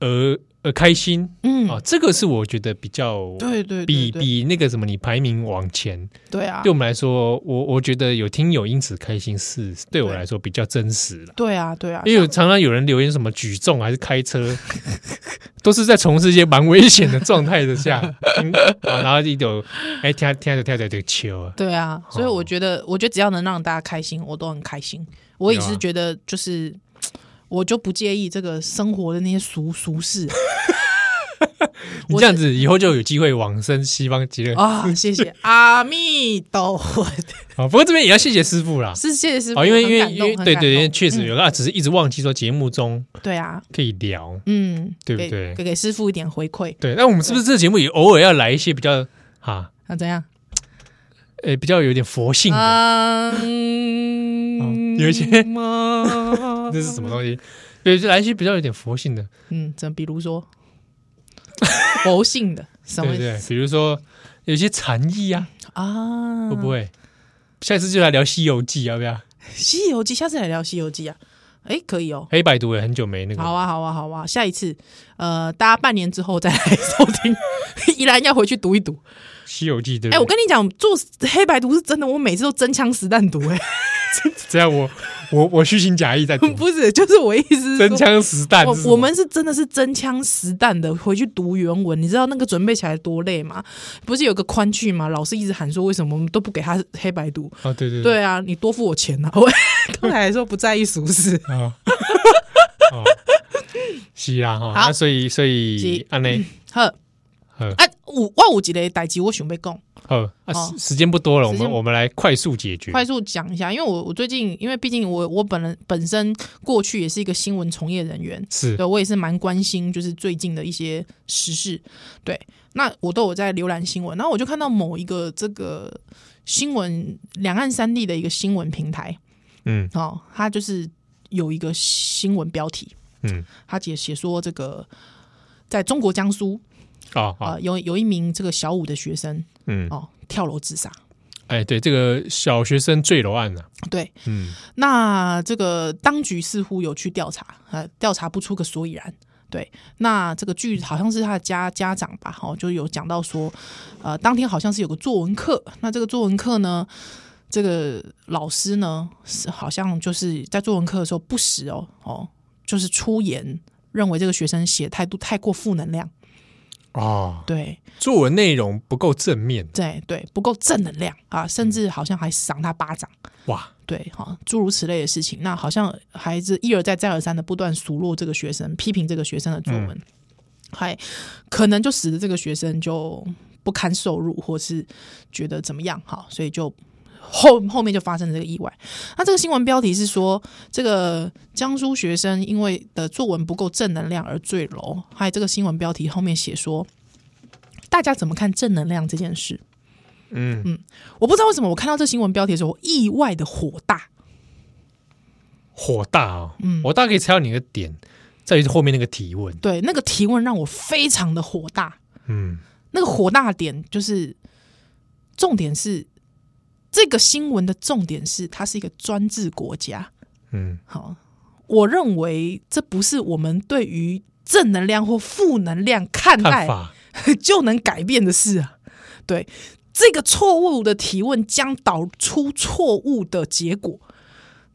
Speaker 1: 而而开心
Speaker 2: 嗯，
Speaker 1: 啊，这个是我觉得比较
Speaker 2: 对对对
Speaker 1: 比
Speaker 2: 对，
Speaker 1: 比那个什么你排名往前，
Speaker 2: 对啊
Speaker 1: 对，我们来说，我我觉得有听友因此开心是对我来说比较真实了。
Speaker 2: 对啊对啊，
Speaker 1: 因为常常有人留言什么举重还是开车，都是在从事一些蛮危险的状态的下，嗯啊，然后一有哎跳跳着跳着就球啊，
Speaker 2: 对啊，所以我觉得，我觉得只要能让大家开心，我都很开心。我也
Speaker 1: 有啊
Speaker 2: 是觉得，就是、我就不介意这个生活的那些俗俗事
Speaker 1: 你这样子以后就有机会往生西方 极乐
Speaker 2: 啊。谢谢阿弥陀佛，
Speaker 1: 啊。不过这边也要谢谢师傅啦，
Speaker 2: 是谢谢师傅，
Speaker 1: 哦，因为因
Speaker 2: 很
Speaker 1: 为
Speaker 2: 感
Speaker 1: 因
Speaker 2: 动
Speaker 1: 为
Speaker 2: 很
Speaker 1: 对对
Speaker 2: 感
Speaker 1: 对，因为
Speaker 2: 动
Speaker 1: 确实
Speaker 2: 嗯
Speaker 1: 有，那只是一直忘记说节目中
Speaker 2: 对啊，
Speaker 1: 可以聊。
Speaker 2: 嗯，
Speaker 1: 对不
Speaker 2: 给
Speaker 1: 对
Speaker 2: 给给师傅一点回馈，
Speaker 1: 对，那我们是不是这个节目也偶尔要来一些比较啊，
Speaker 2: 那、怎样？
Speaker 1: 呃，比较有点佛性
Speaker 2: 啊
Speaker 1: 的？
Speaker 2: 嗯
Speaker 1: 哦有一些
Speaker 2: 吗
Speaker 1: 这是什么东西？对，就来一些比较有点佛性的，
Speaker 2: 嗯，怎比 如说佛性的什
Speaker 1: 对
Speaker 2: 么
Speaker 1: 不对？比如说有一些禅意啊，
Speaker 2: 啊？
Speaker 1: 会不会？下次就来聊《西游记》，要不要？
Speaker 2: 《西游记》，下次来聊《西游记》啊？哎，可以哦。
Speaker 1: 黑白读也很久没那个，
Speaker 2: 好啊，好啊，好啊，下一次，呃，大家半年之后再来收听， 依然要回去读一读。
Speaker 1: 西游记》对不
Speaker 2: 哎、
Speaker 1: 对？
Speaker 2: 我跟你讲，做黑白读是真的，我每次都真枪实弹读、 哎，，
Speaker 1: 这样我我我虚情假意在读
Speaker 2: 不是，就是我意思是
Speaker 1: 真
Speaker 2: 说，
Speaker 1: 枪实弹是什么。
Speaker 2: 我我们是真的是真枪实弹的回去读原文，你知道那个准备起来多累吗？不是有个宽去吗？老师一直喊说，为什么我们都不给他黑白读？
Speaker 1: 哦，对对
Speaker 2: 对啊，你多付我钱啊！我 刚才还说不在意俗 事，
Speaker 1: 啊。哦，是啦哈，
Speaker 2: 好嗯
Speaker 1: 那所以所以
Speaker 2: 是
Speaker 1: 安内
Speaker 2: 呵，
Speaker 1: 好
Speaker 2: 啊，五我有一个代志，我想要讲。
Speaker 1: 好啊，
Speaker 2: 哦
Speaker 1: 时时间不多了，我
Speaker 2: 时
Speaker 1: 们
Speaker 2: 间
Speaker 1: 我们来快速解决。
Speaker 2: 快速讲一下，因为我我最近，因为毕竟我我本人本身过去也是一个新闻从业人员，
Speaker 1: 是
Speaker 2: 对我也是蛮关心就是最近的一些时事，对，那我都有在浏览新闻，然后我就看到某一个这个新闻两岸三地的一个新闻平台，
Speaker 1: 嗯
Speaker 2: 哦，它就是有一个新闻标题，
Speaker 1: 嗯，
Speaker 2: 它写写说这个在中国江苏
Speaker 1: 哦
Speaker 2: 啊、
Speaker 1: 好，
Speaker 2: 呃有有一名这个小五的学生
Speaker 1: 嗯，
Speaker 2: 哦跳楼自杀，
Speaker 1: 哎，对，这个小学生坠楼案呢，
Speaker 2: 对，
Speaker 1: 嗯，
Speaker 2: 那这个当局似乎有去调查，呃，调查不出个所以然。对，那这个据好像是他的家家长吧，哦，就有讲到说，呃，当天好像是有个作文课，那这个作文课呢，这个老师呢是好像就是在作文课的时候不时哦哦，就是出言认为这个学生写态度太过负能量，
Speaker 1: 哦，
Speaker 2: 对
Speaker 1: 作文内容不够正面，
Speaker 2: 对对，不够正能量啊，甚至好像还赏他巴掌。
Speaker 1: 哇，
Speaker 2: 对，好，诸如此类的事情。那好像孩子一而再、再而三的不断数落这个学生，批评这个学生的作文，还可能就使得这个学生就不堪受辱，或是觉得怎么样，好，所以就后后面就发生了这个意外。那这个新闻标题是说，这个江苏学生因为的作文不够正能量而坠楼。还有这个新闻标题后面写说，大家怎么看正能量这件事？
Speaker 1: 嗯
Speaker 2: 我不知道为什么我看到这新闻标题的时候，我意外的火大。
Speaker 1: 火大哦，嗯，我大概可以猜到你的点，在于后面那个提问，
Speaker 2: 对，那个提问让我非常的火大。
Speaker 1: 嗯，
Speaker 2: 那个火大点就是重点是这个新闻的重点是，它是一个专制国家。
Speaker 1: 嗯
Speaker 2: 好，我认为这不是我们对于正能量或负能量看
Speaker 1: 看
Speaker 2: 待
Speaker 1: 法，
Speaker 2: 就能改变的事啊。对，这个错误的提问将导出错误的结果。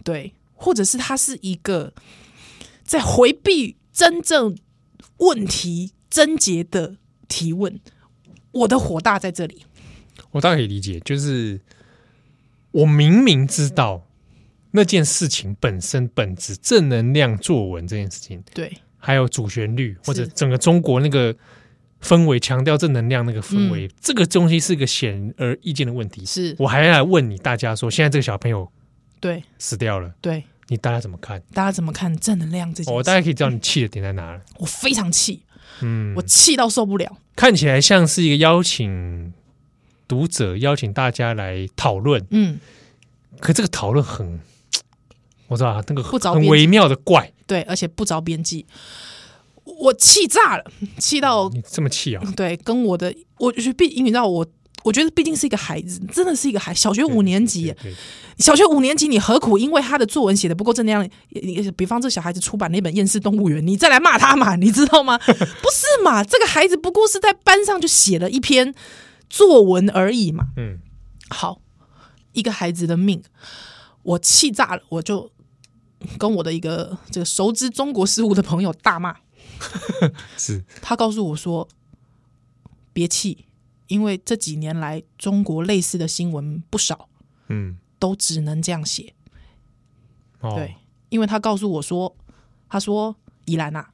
Speaker 2: 对，或者是它是一个在回避真正问题症结的提问。我的火大在这里，
Speaker 1: 我大概可以理解，就是我明明知道那件事情本身本质正能量作文这件事情，
Speaker 2: 对，
Speaker 1: 还有主旋律或者整个中国那个氛围，强调正能量那个氛围，这个东西是个显而易见的问题。
Speaker 2: 是，
Speaker 1: 我还来问你大家说，现在这个小朋友
Speaker 2: 对
Speaker 1: 死掉了，
Speaker 2: 对，
Speaker 1: 你大家怎么看？
Speaker 2: 大家怎么看正能量这件事？
Speaker 1: 我哦大概可以知道你气的点在哪了。
Speaker 2: 我非常气，
Speaker 1: 嗯
Speaker 2: 我，气到受不了。
Speaker 1: 看起来像是一个邀请读者、邀请大家来讨论，
Speaker 2: 嗯，
Speaker 1: 可这个讨论很，我知道啊，那个
Speaker 2: 不着
Speaker 1: 很
Speaker 2: 边际
Speaker 1: 微妙的怪，
Speaker 2: 对，而且不着边际，我气炸了，气到
Speaker 1: 你这么气啊？
Speaker 2: 对，跟我的我觉得毕竟你知道我，我觉得毕竟是一个孩子，真的是一个孩，小学五年级耶，
Speaker 1: 对，对
Speaker 2: 小学五年级，你何苦因为他的作文写的不够正能量？也也比方这小孩子出版那本《厌世动物园》，你再来骂他嘛，你知道吗？不是嘛，这个孩子不过是在班上就写了一篇作文而已嘛。
Speaker 1: 嗯，
Speaker 2: 好，一个孩子的命，我气炸了，我就跟我的一个这个熟知中国事务的朋友大骂，
Speaker 1: 是
Speaker 2: 他告诉我说：“别气，因为这几年来中国类似的新闻不少，
Speaker 1: 嗯，
Speaker 2: 都只能这样写。
Speaker 1: 哦，
Speaker 2: 对，因为他告诉我说，他说：“宜兰啊，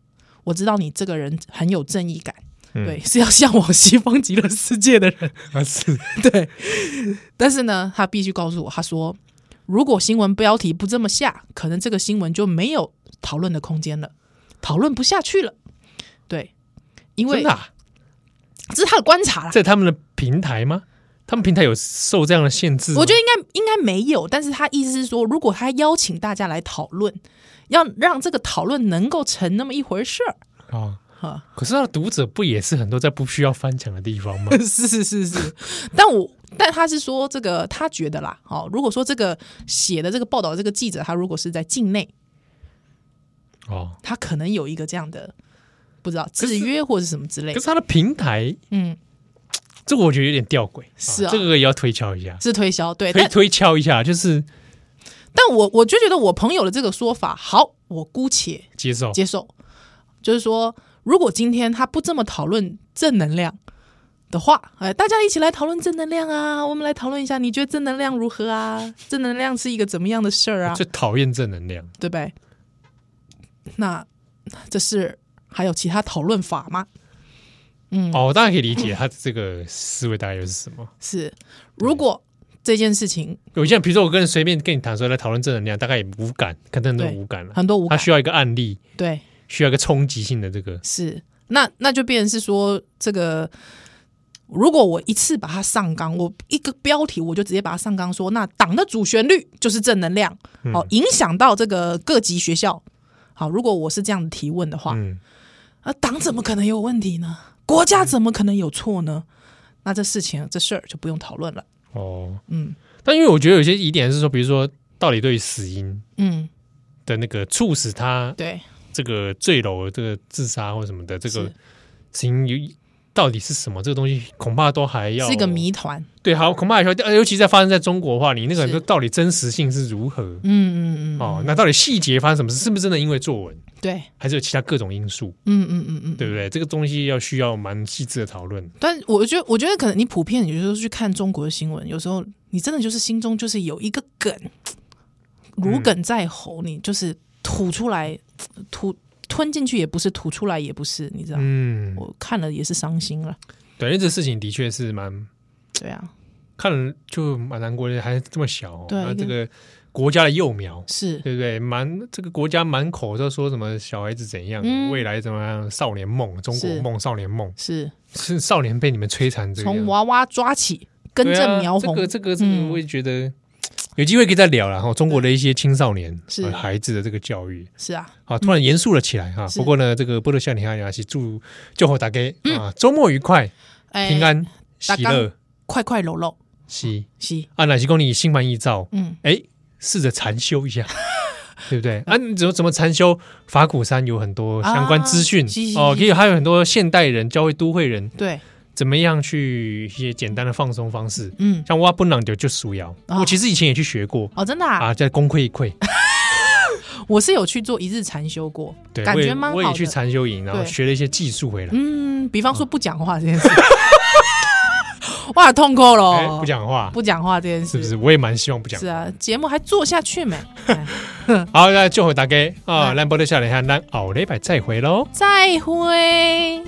Speaker 2: 我知道你这个人很有正义感，
Speaker 1: 嗯
Speaker 2: 对， 是要向往西方极乐世界的人。
Speaker 1: 啊是，
Speaker 2: 对，但是呢，他必须告诉我，他说，如果新闻标题不这么下，可能这个新闻就没有讨论的空间了，讨论不下去了。对，因为
Speaker 1: 真的啊，
Speaker 2: 这是他的观察啦。
Speaker 1: 在他们的平台吗？他们平台有受这样的限制吗？
Speaker 2: 我觉得应该应该没有，但是他意思是说，如果他邀请大家来讨论，要让这个讨论能够成那么一回事儿，
Speaker 1: 得啊、
Speaker 2: 哈，
Speaker 1: 可是他的读者不也是很多在不需要翻墙的地 方吗？
Speaker 2: 是是是是，但我但他是说这个他觉得啦，哦，如果说这个写的这个报道的这个记者，他如果是在境内，
Speaker 1: 哦，
Speaker 2: 他可能有一个这样的不知道制约或者什么之类
Speaker 1: 可
Speaker 2: 的
Speaker 1: 是，他的平台，
Speaker 2: 嗯，
Speaker 1: 这个我觉得有点吊诡，
Speaker 2: 是啊
Speaker 1: 这个也要推敲一下，
Speaker 2: 是推销对，
Speaker 1: 推
Speaker 2: 但
Speaker 1: 推敲一下，就是
Speaker 2: 但我我就觉得我朋友的这个说法，好，我姑且
Speaker 1: 接受，
Speaker 2: 接受，就是说，如果今天他不这么讨论正能量的话，哎，大家一起来讨论正能量啊，我们来讨论一下，你觉得正能量如何啊？正能量是一个怎么样的事儿啊
Speaker 1: 我？最讨厌正能量，
Speaker 2: 对不对？那这是还有其他讨论法吗？嗯
Speaker 1: 哦，我大家可以理解他这个思维大概又是什么。
Speaker 2: 是，如果这件事情
Speaker 1: 有些人，比如说我跟人随便跟你谈说来讨论正能量，大概也无感，可能都
Speaker 2: 对
Speaker 1: 无感了。
Speaker 2: 很多无
Speaker 1: 他
Speaker 2: 感，
Speaker 1: 需要一个案例，
Speaker 2: 对，
Speaker 1: 需要一个冲击性的这个，
Speaker 2: 是，那那就变成是说，这个如果我一次把它上纲，我一个标题我就直接把它上纲说，那党的主旋律就是正能量，
Speaker 1: 嗯
Speaker 2: 好、影响到这个各级学校。好，如果我是这样的提问的话，
Speaker 1: 嗯，
Speaker 2: 啊，党怎么可能有问题呢？国家怎么可能有错呢？那这事情这事儿就不用讨论了。
Speaker 1: 哦，
Speaker 2: 嗯
Speaker 1: 但因为我觉得有些疑点是说，比如说到底对于死因
Speaker 2: 嗯，
Speaker 1: 的那个促使他
Speaker 2: 对，
Speaker 1: 这个坠楼、这个自杀或什么的这个
Speaker 2: 是
Speaker 1: 事情有到底是什么？这个东西恐怕都还要
Speaker 2: 是一个，谜团。
Speaker 1: 对，好，恐怕还需要调，呃尤其在发生在中国的话，你那
Speaker 2: 是
Speaker 1: 个到底真实性是如何？
Speaker 2: 嗯嗯嗯，
Speaker 1: 哦，那到底细节发生什么事？是不是真的因为作文，
Speaker 2: 对，
Speaker 1: 还是有其他各种因素？
Speaker 2: 嗯嗯嗯嗯，
Speaker 1: 对不对？这个东西要需要蛮细致的讨论。
Speaker 2: 但我觉得，我觉得可能你普遍有时候去看中国的新闻，有时候你真的就是心中就是有一个梗，如鲠在喉，你就是吐出来，吐吞进去也不是，吐出来也不是，你知道？
Speaker 1: 嗯，
Speaker 2: 我看了也是伤心了，
Speaker 1: 对，因为这事情的确是蛮
Speaker 2: 对啊，
Speaker 1: 看了就蛮难过的，还这么小、哦，
Speaker 2: 对
Speaker 1: 那
Speaker 2: 一个
Speaker 1: 这个国家的幼苗，
Speaker 2: 是，
Speaker 1: 对不对？满这个国家满口都说什么小孩子怎样，
Speaker 2: 嗯
Speaker 1: 未来怎么样，少年梦、中国梦、少年梦，
Speaker 2: 是
Speaker 1: 是少年被你们摧残这个样子，
Speaker 2: 从娃娃抓起，根
Speaker 1: 对
Speaker 2: 正苗红，
Speaker 1: 啊。这个这个这个，
Speaker 2: 嗯
Speaker 1: 我也觉得。有机会可以再聊了哈，中国的一些青少年
Speaker 2: 是
Speaker 1: 呃孩子的这个教育，
Speaker 2: 是啊，
Speaker 1: 好，突然严肃了起来哈。啊
Speaker 2: 是嗯
Speaker 1: 不过呢，这个波多夏尼哈雅西祝祝贺大家啊，周末愉快，
Speaker 2: 哎
Speaker 1: 平安、
Speaker 2: 大
Speaker 1: 喜
Speaker 2: 家
Speaker 1: 乐，
Speaker 2: 快快揉揉，
Speaker 1: 是
Speaker 2: 是，
Speaker 1: 啊，哪些公你心满意照，
Speaker 2: 嗯，
Speaker 1: 哎，试着禅修 一下，对不对？啊，你怎么怎么禅修？法鼓山有很多相关资讯
Speaker 2: 啊是是
Speaker 1: 哦，
Speaker 2: 是
Speaker 1: 也有还有很多现代人教会都会人
Speaker 2: 对，
Speaker 1: 怎么样去一些简单的放松方式，
Speaker 2: 嗯，
Speaker 1: 像挖本朗就就数摇，
Speaker 2: 哦
Speaker 1: 我其实以前也去学过
Speaker 2: 哦，真的啊，
Speaker 1: 啊，在功亏一篑，
Speaker 2: 我是有去做一日禅修过，
Speaker 1: 对，
Speaker 2: 感
Speaker 1: 我也
Speaker 2: 觉蛮
Speaker 1: 我
Speaker 2: 好
Speaker 1: 也去
Speaker 2: 的。
Speaker 1: 禅修营，然后
Speaker 2: 对
Speaker 1: 学了一些技术回来，
Speaker 2: 嗯，比方说不讲话这 件事，哇，痛苦
Speaker 1: 哎，
Speaker 2: 了，
Speaker 1: 不讲话
Speaker 2: 不讲话这件事
Speaker 1: 是不是？我也蛮希望不讲
Speaker 2: 是。啊，节目还做下去没？哎
Speaker 1: 好，那祝福大家啊，
Speaker 2: 嗯
Speaker 1: 兰博的笑脸下，咱后礼拜再会喽。
Speaker 2: 再会。